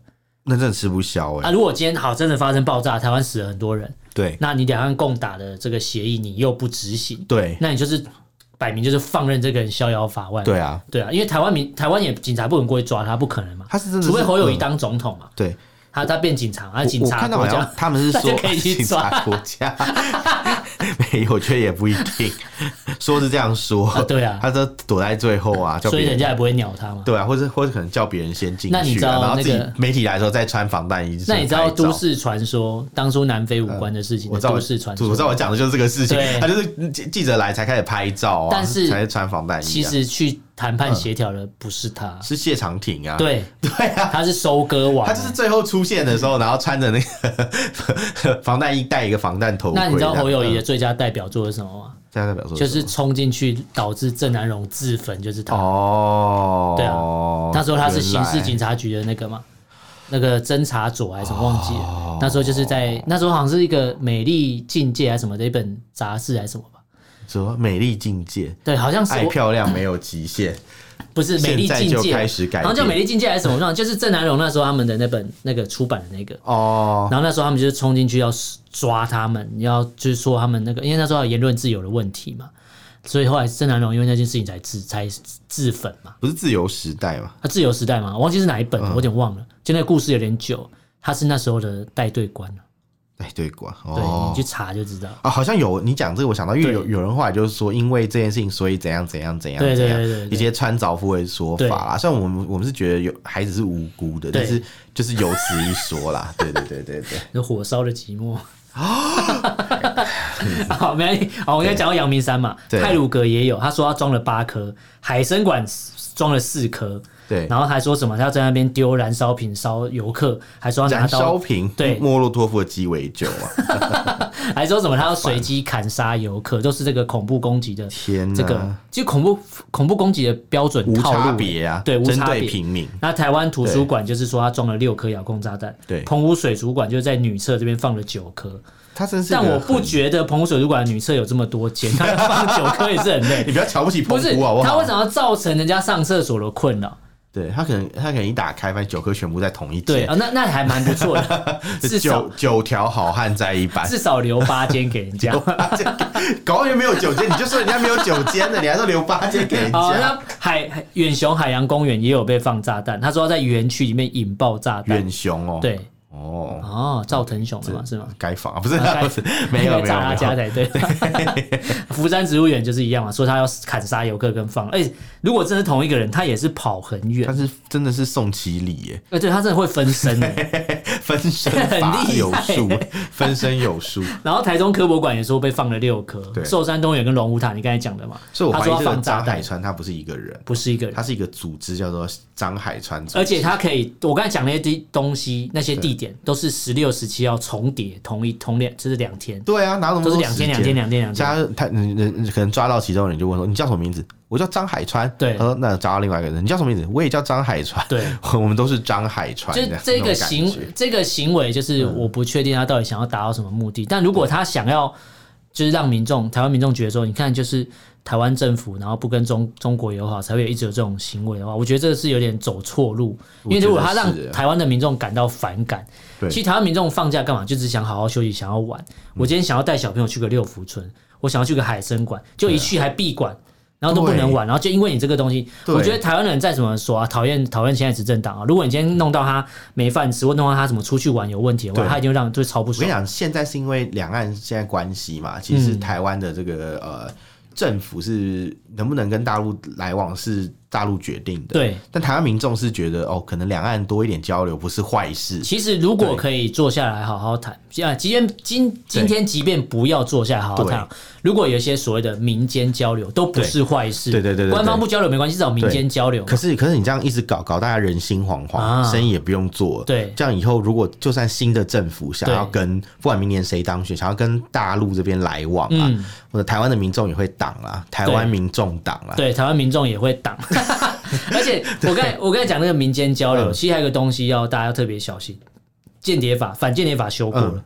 Speaker 2: 那真的吃不消
Speaker 1: 啊，
Speaker 2: 哎。
Speaker 1: 如果今天好真的发生爆炸，台湾死了很多人，
Speaker 2: 对
Speaker 1: 那你两岸共打的这个协议你又不执行，
Speaker 2: 对
Speaker 1: 那你就是摆明就是放任这个人逍遥法外。
Speaker 2: 对啊，
Speaker 1: 对啊，因为台湾民台湾也警察不可能过去抓他，不可能嘛，
Speaker 2: 他是真的是，
Speaker 1: 除非侯友谊
Speaker 2: 嗯
Speaker 1: 当总统嘛，
Speaker 2: 对，
Speaker 1: 他他变警察，啊，
Speaker 2: 我
Speaker 1: 警
Speaker 2: 我
Speaker 1: 察
Speaker 2: 看到
Speaker 1: 国
Speaker 2: 好
Speaker 1: 家
Speaker 2: 像。他们是说
Speaker 1: 大家可以去
Speaker 2: 警
Speaker 1: 抓
Speaker 2: 察国家， 没有，我觉得也不一定， 说是这样说
Speaker 1: 啊，对啊
Speaker 2: 他都躲在最后啊，叫
Speaker 1: 所以人
Speaker 2: 别人
Speaker 1: 家也不会鸟他嘛。
Speaker 2: 对啊，或者或者可能叫别人先进去、啊，
Speaker 1: 那你知道
Speaker 2: 然后
Speaker 1: 那
Speaker 2: 自己
Speaker 1: 个
Speaker 2: 媒体来的时候再穿防弹衣。
Speaker 1: 那你知道
Speaker 2: 拍照
Speaker 1: 都？市传说当初南非武官的事情
Speaker 2: 呃我
Speaker 1: 的
Speaker 2: 知道
Speaker 1: 都
Speaker 2: 我
Speaker 1: 市传
Speaker 2: 我知道
Speaker 1: 说？
Speaker 2: 我讲的就是这个事情
Speaker 1: 对，
Speaker 2: 他就是记记者来才开始拍照啊，
Speaker 1: 但是
Speaker 2: 才穿防弹衣、啊。
Speaker 1: 其实去谈判协调的不是他，
Speaker 2: 嗯是谢长廷啊，
Speaker 1: 对，
Speaker 2: 对啊。
Speaker 1: 他是收割王
Speaker 2: 他。就是最后出现的时候，然后穿着那个 防弹衣，戴一个防弹头盔。
Speaker 1: 那你知道侯友谊
Speaker 2: 这
Speaker 1: 的
Speaker 2: 样嗯
Speaker 1: 最佳代表作是什么吗？
Speaker 2: 这样代表啊说什
Speaker 1: 就
Speaker 2: 么
Speaker 1: 是冲进去导致郑南荣自焚，就是他。
Speaker 2: 哦，
Speaker 1: 对啊，那时候他是刑事警
Speaker 2: 察，
Speaker 1: 察局的那个嘛，那个侦查组还是什么忘记了。
Speaker 2: 哦
Speaker 1: 那时候就是在那时候好像是一个《美丽境界》还是什么的一本杂志还是什么吧。
Speaker 2: 什么美丽境界，
Speaker 1: 对，好像是
Speaker 2: 爱
Speaker 1: 我
Speaker 2: 漂亮没有极限。
Speaker 1: 不是《美丽
Speaker 2: 现在
Speaker 1: 境
Speaker 2: 就
Speaker 1: 界啊
Speaker 2: 开始》，改
Speaker 1: 好像叫《
Speaker 2: 变
Speaker 1: 美丽境界》还是什么忘了，就是郑南荣那时候他们的那本那个出版的那个。
Speaker 2: 哦，
Speaker 1: 然后那时候他们就是冲进去要抓他们，要就是说他们那个，因为那时候有言论自由的问题嘛。所以后来郑南榕因为那件事情才自才自焚嘛。
Speaker 2: 不是自由时代嘛？
Speaker 1: 他自由时代嘛，我忘记是哪一本
Speaker 2: 嗯
Speaker 1: 了，我有点忘了。就那个故事有点久，他是那时候的带队官了。
Speaker 2: 哎，对过
Speaker 1: 对
Speaker 2: 哦
Speaker 1: 你，去查就知道。
Speaker 2: 啊，好像有你讲这个，我想到，因
Speaker 1: 对
Speaker 2: 为有有人后来就是说，因为这件事情，所以怎样怎样怎样
Speaker 1: 对
Speaker 2: 怎
Speaker 1: 对
Speaker 2: 样
Speaker 1: 对对，对
Speaker 2: 一些穿凿附会的说法啦。虽然我们我们是觉得有孩子是无辜的，
Speaker 1: 对
Speaker 2: 但是就是有此一 说啦。对对对对对，
Speaker 1: 有火烧的寂寞。
Speaker 2: 啊
Speaker 1: 好，没关系。好，我刚才讲到阳明山嘛，
Speaker 2: 对
Speaker 1: 泰鲁阁也有，他说他装了八颗，海参馆装了四颗，
Speaker 2: 对
Speaker 1: 然后还说什么他要在那边丢燃烧瓶烧游客，还说要拿
Speaker 2: 燃烧
Speaker 1: 刀，
Speaker 2: 瓶，
Speaker 1: 对
Speaker 2: 莫洛托夫的鸡尾酒啊，
Speaker 1: 还说什么他要随机砍杀游客，都是这个恐怖攻击的
Speaker 2: 天哪，
Speaker 1: 这个，其实恐怖恐怖攻击的标准
Speaker 2: 无
Speaker 1: 套路欸
Speaker 2: 差别啊，
Speaker 1: 对，无
Speaker 2: 针
Speaker 1: 差
Speaker 2: 对
Speaker 1: 别。
Speaker 2: 平民，
Speaker 1: 那台湾图书馆就是说，他装了六颗遥控炸弹。
Speaker 2: 对
Speaker 1: 澎湖水族馆就是在女厕这边放了九颗，
Speaker 2: 他真是一个
Speaker 1: 但
Speaker 2: 很。
Speaker 1: 我不觉得澎湖水族馆的女厕有这么多间，他要放九颗也是很累
Speaker 2: 你。不要瞧不起
Speaker 1: 不
Speaker 2: 澎
Speaker 1: 是，
Speaker 2: 湖啊好不
Speaker 1: 他
Speaker 2: 好
Speaker 1: 为什？么要造成人家上厕所的困扰？
Speaker 2: 对他可能他可能一打开，发现九颗全部在同一
Speaker 1: 对
Speaker 2: 间
Speaker 1: 啊、，那那还蛮不错 的，至少
Speaker 2: 九九条好汉在一班，
Speaker 1: 至少留八间给 人家。
Speaker 2: 搞完全没有九间，你就说人家没有九间的，你还说留八间给人
Speaker 1: 好，
Speaker 2: 家。
Speaker 1: 那海海远雄海洋公园也有被放炸弹，他说要在园区里面引爆炸弹
Speaker 2: 远。雄哦，
Speaker 1: 对，
Speaker 2: 哦，
Speaker 1: 哦，赵腾雄的嘛，是吗？
Speaker 2: 该房啊 不是
Speaker 1: 啊该
Speaker 2: 不是没有
Speaker 1: 应 该
Speaker 2: 没有
Speaker 1: 炸他
Speaker 2: 没
Speaker 1: 家
Speaker 2: 有，
Speaker 1: 才对。 福山植物园就是一样嘛，说他要砍杀游客跟放，哎、如果真是同一个人，他也是跑很远，
Speaker 2: 但是真的是宋其礼耶，
Speaker 1: 而且他真的会分身、哎
Speaker 2: 分身法
Speaker 1: 很厉害
Speaker 2: 有术，分身 有术，
Speaker 1: 然后台中科博馆也说被放了六颗
Speaker 2: 对，
Speaker 1: 寿山公园跟龙虎塔，你刚才讲的嘛，
Speaker 2: 所以我
Speaker 1: 他
Speaker 2: 怀疑
Speaker 1: 说要
Speaker 2: 这个
Speaker 1: 放炸
Speaker 2: 张海
Speaker 1: 弹，
Speaker 2: 川他不是一个人，
Speaker 1: 不是一个人
Speaker 2: 他。是一个组织叫做张海川组织，
Speaker 1: 而且他可以，我刚才讲那些地东西、那些地点都是十六、十七要重叠，同一同两，这是两天，
Speaker 2: 对啊，哪有那么
Speaker 1: 都
Speaker 2: 多
Speaker 1: 是两天、两天、两天、两天。
Speaker 2: 加他你你你可能抓到其中人就问说你叫什么名字？我叫张海川。
Speaker 1: 对
Speaker 2: 他说那找到另外一个人，你叫什么名字？我也叫张海川。
Speaker 1: 对，
Speaker 2: 我们都是张海川
Speaker 1: 就
Speaker 2: 的。
Speaker 1: 这个
Speaker 2: 那种感
Speaker 1: 行
Speaker 2: 觉，嗯
Speaker 1: 这个行为，就是我不确定他到底想要达到什么目的。但如果他想要，就是让民众台湾民众觉得说，你看，就是台湾政府，然后不跟中中国友好，才会有一直有这种行为的话，我觉得这个是有点走错路。因为如果他让
Speaker 2: 我觉得是啊
Speaker 1: 台湾的民众感到反感，
Speaker 2: 对嗯
Speaker 1: 其实台湾民众放假干嘛？就只想好好休息，想要玩。我今天想要带小朋友去个六福村，我想要去个海参馆，就一去还闭馆。然后都不能玩，然后就因为你这个东西，
Speaker 2: 对
Speaker 1: 我觉得台湾人再怎么说啊，讨厌讨厌现在执政党啊，如果你今天弄到他没饭吃，或弄到他怎么出去玩有问题的话，
Speaker 2: 对
Speaker 1: 他一定会让就超不
Speaker 2: 我跟
Speaker 1: 爽
Speaker 2: 你。讲，现在是因为两岸现在关系嘛，其实
Speaker 1: 嗯
Speaker 2: 台湾的这个、呃政府是能不能跟大陆来往是大陆决定的。。
Speaker 1: 对，
Speaker 2: 但台湾民众是觉得哦，可能两岸多一点交流不是坏事，
Speaker 1: 其实如果
Speaker 2: 对
Speaker 1: 可以坐下来好好谈，啊，即便今今天即便不要坐下来好好谈，如果有一些所谓的民间交流，都不
Speaker 2: 对
Speaker 1: 是坏事。
Speaker 2: 对对对对对
Speaker 1: 官方不交流没关系，至少民间交流嘛。
Speaker 2: 可是，可是你这样一直搞，搞大家人心惶惶，
Speaker 1: 啊
Speaker 2: 生意也不用做。
Speaker 1: 对
Speaker 2: 这样以后如果就算新的政府想要
Speaker 1: 对
Speaker 2: 跟不管明年谁当选，想要跟大陆这边来往啊，
Speaker 1: 嗯
Speaker 2: 或者台湾的民众也会挡啊，台湾
Speaker 1: 对
Speaker 2: 民众党啊，
Speaker 1: 对，台湾民众也会 挡。而且我刚才我刚才讲那个民间交流，
Speaker 2: 嗯
Speaker 1: 其实还有一个东西要大家要特别小心，间谍法、反间谍法修过了。
Speaker 2: 嗯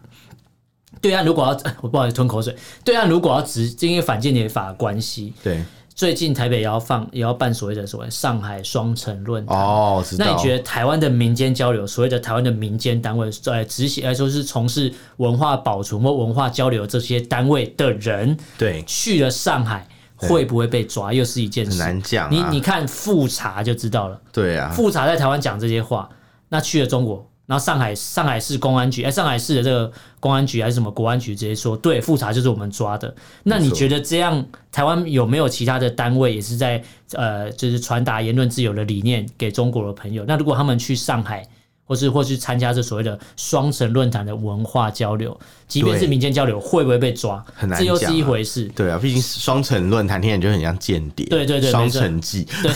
Speaker 1: 对岸如果要， 我不好意思吞口水。对岸如果要执，因为反间谍法的关系，
Speaker 2: 对
Speaker 1: 最近台北也要放，也要办所谓的所谓上海双城论坛。
Speaker 2: 哦，知道。
Speaker 1: 那你觉得台湾的民间交流，所谓的台湾的民间单位，在执行来说是从事文化保存或文化交流这些单位的人，
Speaker 2: 对
Speaker 1: 去了上海会不会被抓，又是一件
Speaker 2: 很
Speaker 1: 事。
Speaker 2: 难讲、啊？
Speaker 1: 你你看复查就知道了，
Speaker 2: 对啊，
Speaker 1: 复查在台湾讲这些话，那去了中国，然后上海上海市公安局，哎、上海市的这个公安局还是什么国安局直接说，对，复查就是我们抓的。那你
Speaker 2: 没错
Speaker 1: 觉得这样，台湾有没有其他的单位也是在呃，就是传达言论自由的理念给中国的朋友？那如果他们去上海？或是或是参加这所谓的双城论坛的文化交流，即便是
Speaker 2: 对
Speaker 1: 民间交流，会不会被抓？
Speaker 2: 很难
Speaker 1: 这又是
Speaker 2: 讲
Speaker 1: 一
Speaker 2: 啊
Speaker 1: 回事。
Speaker 2: 对啊，毕竟双城论坛听起来就很像间谍，
Speaker 1: 对对对
Speaker 2: 双
Speaker 1: 没错
Speaker 2: 城记，
Speaker 1: 对，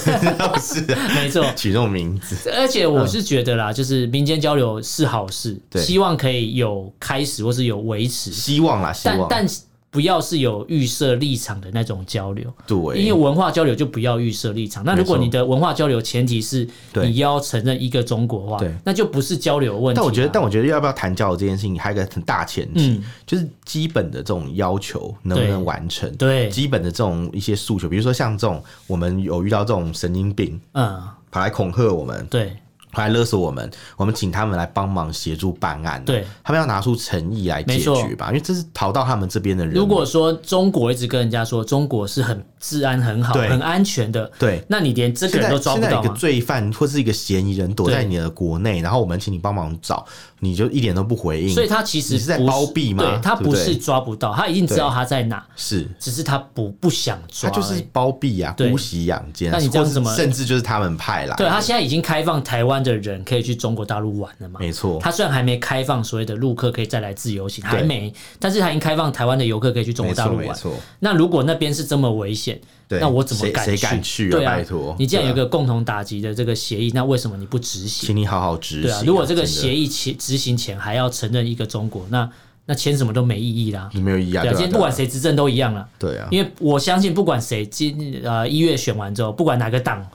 Speaker 2: 是啊
Speaker 1: 没错。
Speaker 2: 取这种名字，
Speaker 1: 而且我是觉得啦，就是民间交流是好事，
Speaker 2: 嗯对
Speaker 1: 希望可以有开始或是有维持，
Speaker 2: 希望啦，希
Speaker 1: 但
Speaker 2: 望，
Speaker 1: 但不要是有预设立场的那种交流。
Speaker 2: 对，
Speaker 1: 因为文化交流就不要预设立场。那如果
Speaker 2: 没错
Speaker 1: 你的文化交流前提是
Speaker 2: 对
Speaker 1: 你要承认一个中国化
Speaker 2: 对，
Speaker 1: 那就不是交流问题啊。
Speaker 2: 但我觉得，但我觉得要不要谈交流这件事情，还有一个很大前提，
Speaker 1: 嗯
Speaker 2: 就是基本的这种要求能不
Speaker 1: 对
Speaker 2: 能完成，
Speaker 1: 对
Speaker 2: 基本的这种一些诉求，比如说像这种我们有遇到这种神经病
Speaker 1: 嗯，
Speaker 2: 跑来恐吓我们，
Speaker 1: 对
Speaker 2: 后来勒索我们，我们请他们来帮忙协助办案、啊
Speaker 1: 对，
Speaker 2: 他们要拿出诚意来解决吧，因为这是逃到他们这边的人。
Speaker 1: 如果说中国一直跟人家说中国是很治安很好、
Speaker 2: 对
Speaker 1: 很安全的，
Speaker 2: 对
Speaker 1: 那你连这个
Speaker 2: 现
Speaker 1: 人
Speaker 2: 在
Speaker 1: 都抓不
Speaker 2: 现在
Speaker 1: 到啊
Speaker 2: 有一
Speaker 1: 吗
Speaker 2: 个？罪犯或是一个嫌疑人躲在你的国内，然后我们请你帮忙找，你就一点都不回应，
Speaker 1: 所以他其实
Speaker 2: 你是在
Speaker 1: 不
Speaker 2: 包庇嘛
Speaker 1: 对他
Speaker 2: 对不
Speaker 1: 不
Speaker 2: 对
Speaker 1: 是抓不到，他已经知道他在哪，
Speaker 2: 是
Speaker 1: 只是他不不想抓
Speaker 2: 他
Speaker 1: 而已。
Speaker 2: 就是包庇啊，
Speaker 1: 对
Speaker 2: 姑息养奸啊，
Speaker 1: 那你这样
Speaker 2: 或是
Speaker 1: 怎么
Speaker 2: 甚至就是他们派啦，
Speaker 1: 对啊他现在已经开放台湾的人可以去中国大陆玩了嘛？
Speaker 2: 没错，
Speaker 1: 他虽然还没开放所谓的陆客可以再来自由行，还
Speaker 2: 对
Speaker 1: 没，但是他已经开放台湾的游客可以去中
Speaker 2: 没
Speaker 1: 国大
Speaker 2: 错
Speaker 1: 陆
Speaker 2: 没
Speaker 1: 玩。
Speaker 2: 错，
Speaker 1: 那如果那边是这么危险，
Speaker 2: 对
Speaker 1: 那我怎么
Speaker 2: 谁
Speaker 1: 敢
Speaker 2: 谁
Speaker 1: 去？
Speaker 2: 敢去啊
Speaker 1: 对啊，
Speaker 2: 拜托
Speaker 1: 你既然
Speaker 2: 对啊
Speaker 1: 有一个共同打击的这个协议，那为什么你不执行？
Speaker 2: 请你好好执
Speaker 1: 对
Speaker 2: 行
Speaker 1: 啊
Speaker 2: 啊。，
Speaker 1: 如果这个
Speaker 2: 真的
Speaker 1: 协议前执行前还要承认一个中国，那那签什么都没意义啦。
Speaker 2: 没有意义啊，
Speaker 1: 对啊，
Speaker 2: 对啊
Speaker 1: 今天不管谁执政都一样啦。
Speaker 2: 对啊，
Speaker 1: 因为我相信，不管谁今呃一月选完之后，不管哪个党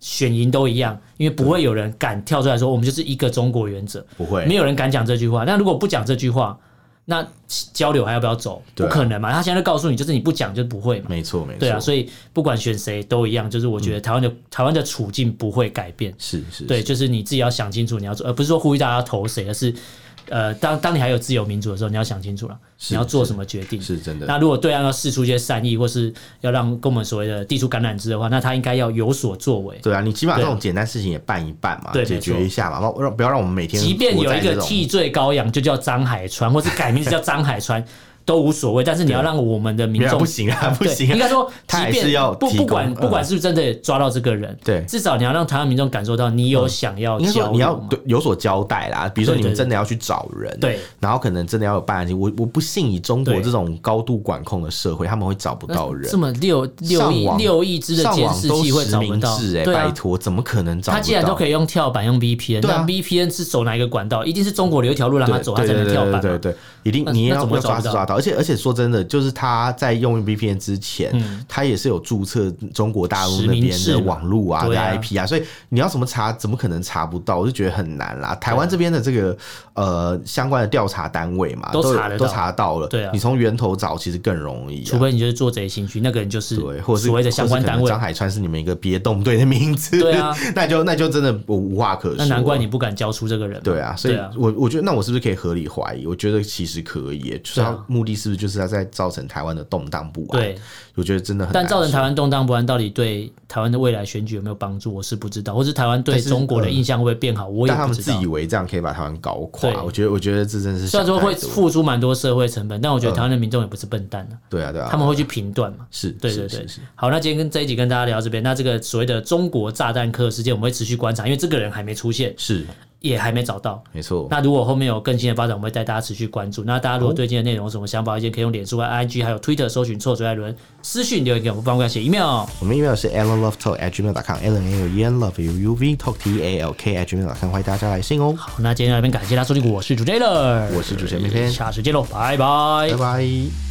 Speaker 1: 选赢都一样，因为不会有人敢跳出来说我们就是一个中国原则，
Speaker 2: 不会
Speaker 1: 没有人敢讲这句话。那如果不讲这句话，那交流还要不要走？
Speaker 2: 对
Speaker 1: 不
Speaker 2: 啊
Speaker 1: 可能嘛！他现在就告诉你，就是你不讲就不会嘛。
Speaker 2: 没错嗯没错，嗯
Speaker 1: 对啊，所以不管选谁都一样，就是我觉得台湾的、台湾的处境不会改变。
Speaker 2: 是是，
Speaker 1: 对，
Speaker 2: 是，
Speaker 1: 就是你自己要想清楚你要做，而不是说呼吁大家投谁，而是呃，当当你还有自由民主的时候，你要想清楚了，
Speaker 2: 是
Speaker 1: 你要做什么决定。
Speaker 2: 是真的
Speaker 1: 那如果对岸要试出一些善意，或是要让跟我们所谓的递出橄榄枝的话，那他应该要有所作为。
Speaker 2: 对啊，你起码这
Speaker 1: 对
Speaker 2: 种简单事情也办一办嘛，
Speaker 1: 对
Speaker 2: 解
Speaker 1: 没错
Speaker 2: 决一下嘛，不让不要让我们每天
Speaker 1: 即便
Speaker 2: 活
Speaker 1: 有
Speaker 2: 在
Speaker 1: 一个
Speaker 2: 这种
Speaker 1: 替罪羔羊，就叫张海川，或是改名字叫张海川，都无所谓。但是你要让我们的民
Speaker 2: 没有啊
Speaker 1: 众
Speaker 2: 不行啊 不
Speaker 1: 对
Speaker 2: 行
Speaker 1: 应
Speaker 2: 啊，
Speaker 1: 该说，
Speaker 2: 他
Speaker 1: 即
Speaker 2: 还是
Speaker 1: 便
Speaker 2: 要
Speaker 1: 不
Speaker 2: 提
Speaker 1: 不
Speaker 2: 供
Speaker 1: 管
Speaker 2: 嗯
Speaker 1: 不管是不是真的抓到这个人，
Speaker 2: 对嗯
Speaker 1: 至少你要让台湾民众感受到你有想要
Speaker 2: 应该
Speaker 1: 交
Speaker 2: 说你要
Speaker 1: 流嘛。
Speaker 2: 对有所交代啦，比如说
Speaker 1: 对
Speaker 2: 你们
Speaker 1: 对
Speaker 2: 真的要去找人，
Speaker 1: 对
Speaker 2: 然后可能真的要有办案情，我我不信以中国
Speaker 1: 对
Speaker 2: 这种高度管控的社会，他们会找不到人
Speaker 1: 这。么六六
Speaker 2: 上
Speaker 1: 亿
Speaker 2: 网
Speaker 1: 六亿只的
Speaker 2: 上
Speaker 1: 监
Speaker 2: 网
Speaker 1: 视
Speaker 2: 都
Speaker 1: 器会
Speaker 2: 实
Speaker 1: 找不
Speaker 2: 名
Speaker 1: 到
Speaker 2: 制，哎、
Speaker 1: 对
Speaker 2: 拜
Speaker 1: 啊。
Speaker 2: 托，怎么可能找不到？
Speaker 1: 他既然都可以用跳板用 VPN，
Speaker 2: 对啊
Speaker 1: 那 VPN 是走哪一个管道？一定是中国留一条路让他
Speaker 2: 对
Speaker 1: 走，他
Speaker 2: 对
Speaker 1: 才
Speaker 2: 对
Speaker 1: 能
Speaker 2: 对
Speaker 1: 跳
Speaker 2: 对
Speaker 1: 板
Speaker 2: 对
Speaker 1: 嘛。
Speaker 2: 对，一定
Speaker 1: 那
Speaker 2: 你也
Speaker 1: 那
Speaker 2: 要
Speaker 1: 怎么
Speaker 2: 要
Speaker 1: 找
Speaker 2: 抓
Speaker 1: 不
Speaker 2: 是
Speaker 1: 到
Speaker 2: 抓到，而且而且说真的，就是他在用 VPN 之前，他也是有注册中国大陆
Speaker 1: 嗯实
Speaker 2: 那
Speaker 1: 名
Speaker 2: 边
Speaker 1: 制
Speaker 2: 的
Speaker 1: 嘛
Speaker 2: 网路啊、
Speaker 1: 对
Speaker 2: 的
Speaker 1: 啊
Speaker 2: IP 啊，所以你要怎么查，怎么可能查不到？我就觉得很难啦。台
Speaker 1: 啊
Speaker 2: 湾这边的这个呃相关的调查单位嘛，
Speaker 1: 都
Speaker 2: 都
Speaker 1: 查得
Speaker 2: 都
Speaker 1: 到
Speaker 2: 查到了，
Speaker 1: 对啊
Speaker 2: 你从源头找其实更容易啊，
Speaker 1: 除非你就是做贼心虚，那个人就是
Speaker 2: 对，或者是
Speaker 1: 所谓的相关单
Speaker 2: 或是可能
Speaker 1: 位
Speaker 2: 张。海川是你们一个别动队的名字，
Speaker 1: 对啊，
Speaker 2: 那 就那就真的我无话可说。
Speaker 1: 那难怪你。不敢交出这个人嘛。
Speaker 2: 对啊，所以
Speaker 1: 对啊
Speaker 2: 我我觉得那我是不是可以合理怀疑？我觉得其实可以耶，就是
Speaker 1: 对
Speaker 2: 他
Speaker 1: 啊
Speaker 2: 目的是不是就是要在造成台湾的动荡不安？，
Speaker 1: 对，
Speaker 2: 我觉得真的很难
Speaker 1: 但
Speaker 2: 说。
Speaker 1: 造成台湾动荡不安，到底对台湾的未来选举有没有帮助，我是不知道。或是台湾对
Speaker 2: 但是
Speaker 1: 中国的
Speaker 2: 呃
Speaker 1: 印象会不会变好，我也
Speaker 2: 但他
Speaker 1: 不
Speaker 2: 们
Speaker 1: 知
Speaker 2: 自
Speaker 1: 道
Speaker 2: 以。为这样可以把台湾搞垮，
Speaker 1: 对
Speaker 2: 我觉得我觉得这真的是
Speaker 1: 虽然说
Speaker 2: 想太
Speaker 1: 会
Speaker 2: 多嗯
Speaker 1: 付出蛮多社会成本，但我觉得台湾的民众也不是笨蛋啊，
Speaker 2: 对啊对啊，
Speaker 1: 他们会去评断嘛。
Speaker 2: 是
Speaker 1: 对
Speaker 2: 是
Speaker 1: 对
Speaker 2: 是
Speaker 1: 对
Speaker 2: 是，
Speaker 1: 好，那今天跟这一集跟大家聊到这边，那这个所谓的中国炸弹客事件，我们会持续观察，因为这个人还没出现，
Speaker 2: 是
Speaker 1: 也还没找到。
Speaker 2: 没错，
Speaker 1: 那如果后面有更新的发展，我们会带大家持续关注。那大家如果对今天的内容有什么想法、意见，可以用脸书、IG 还有 Twitter 搜寻“臭嘴艾伦”，私讯留言给我们，不妨写 email。
Speaker 2: 我们 email 是 allenlovetalk@gmail.com，allen a l e n love u u v talk t a l k at gmail.com，欢迎大家来信哦。
Speaker 1: 好，那今天到这边感谢大家收听，我是主 J 了，
Speaker 2: 我是主持人明天
Speaker 1: 下次见喽，拜拜
Speaker 2: 拜拜。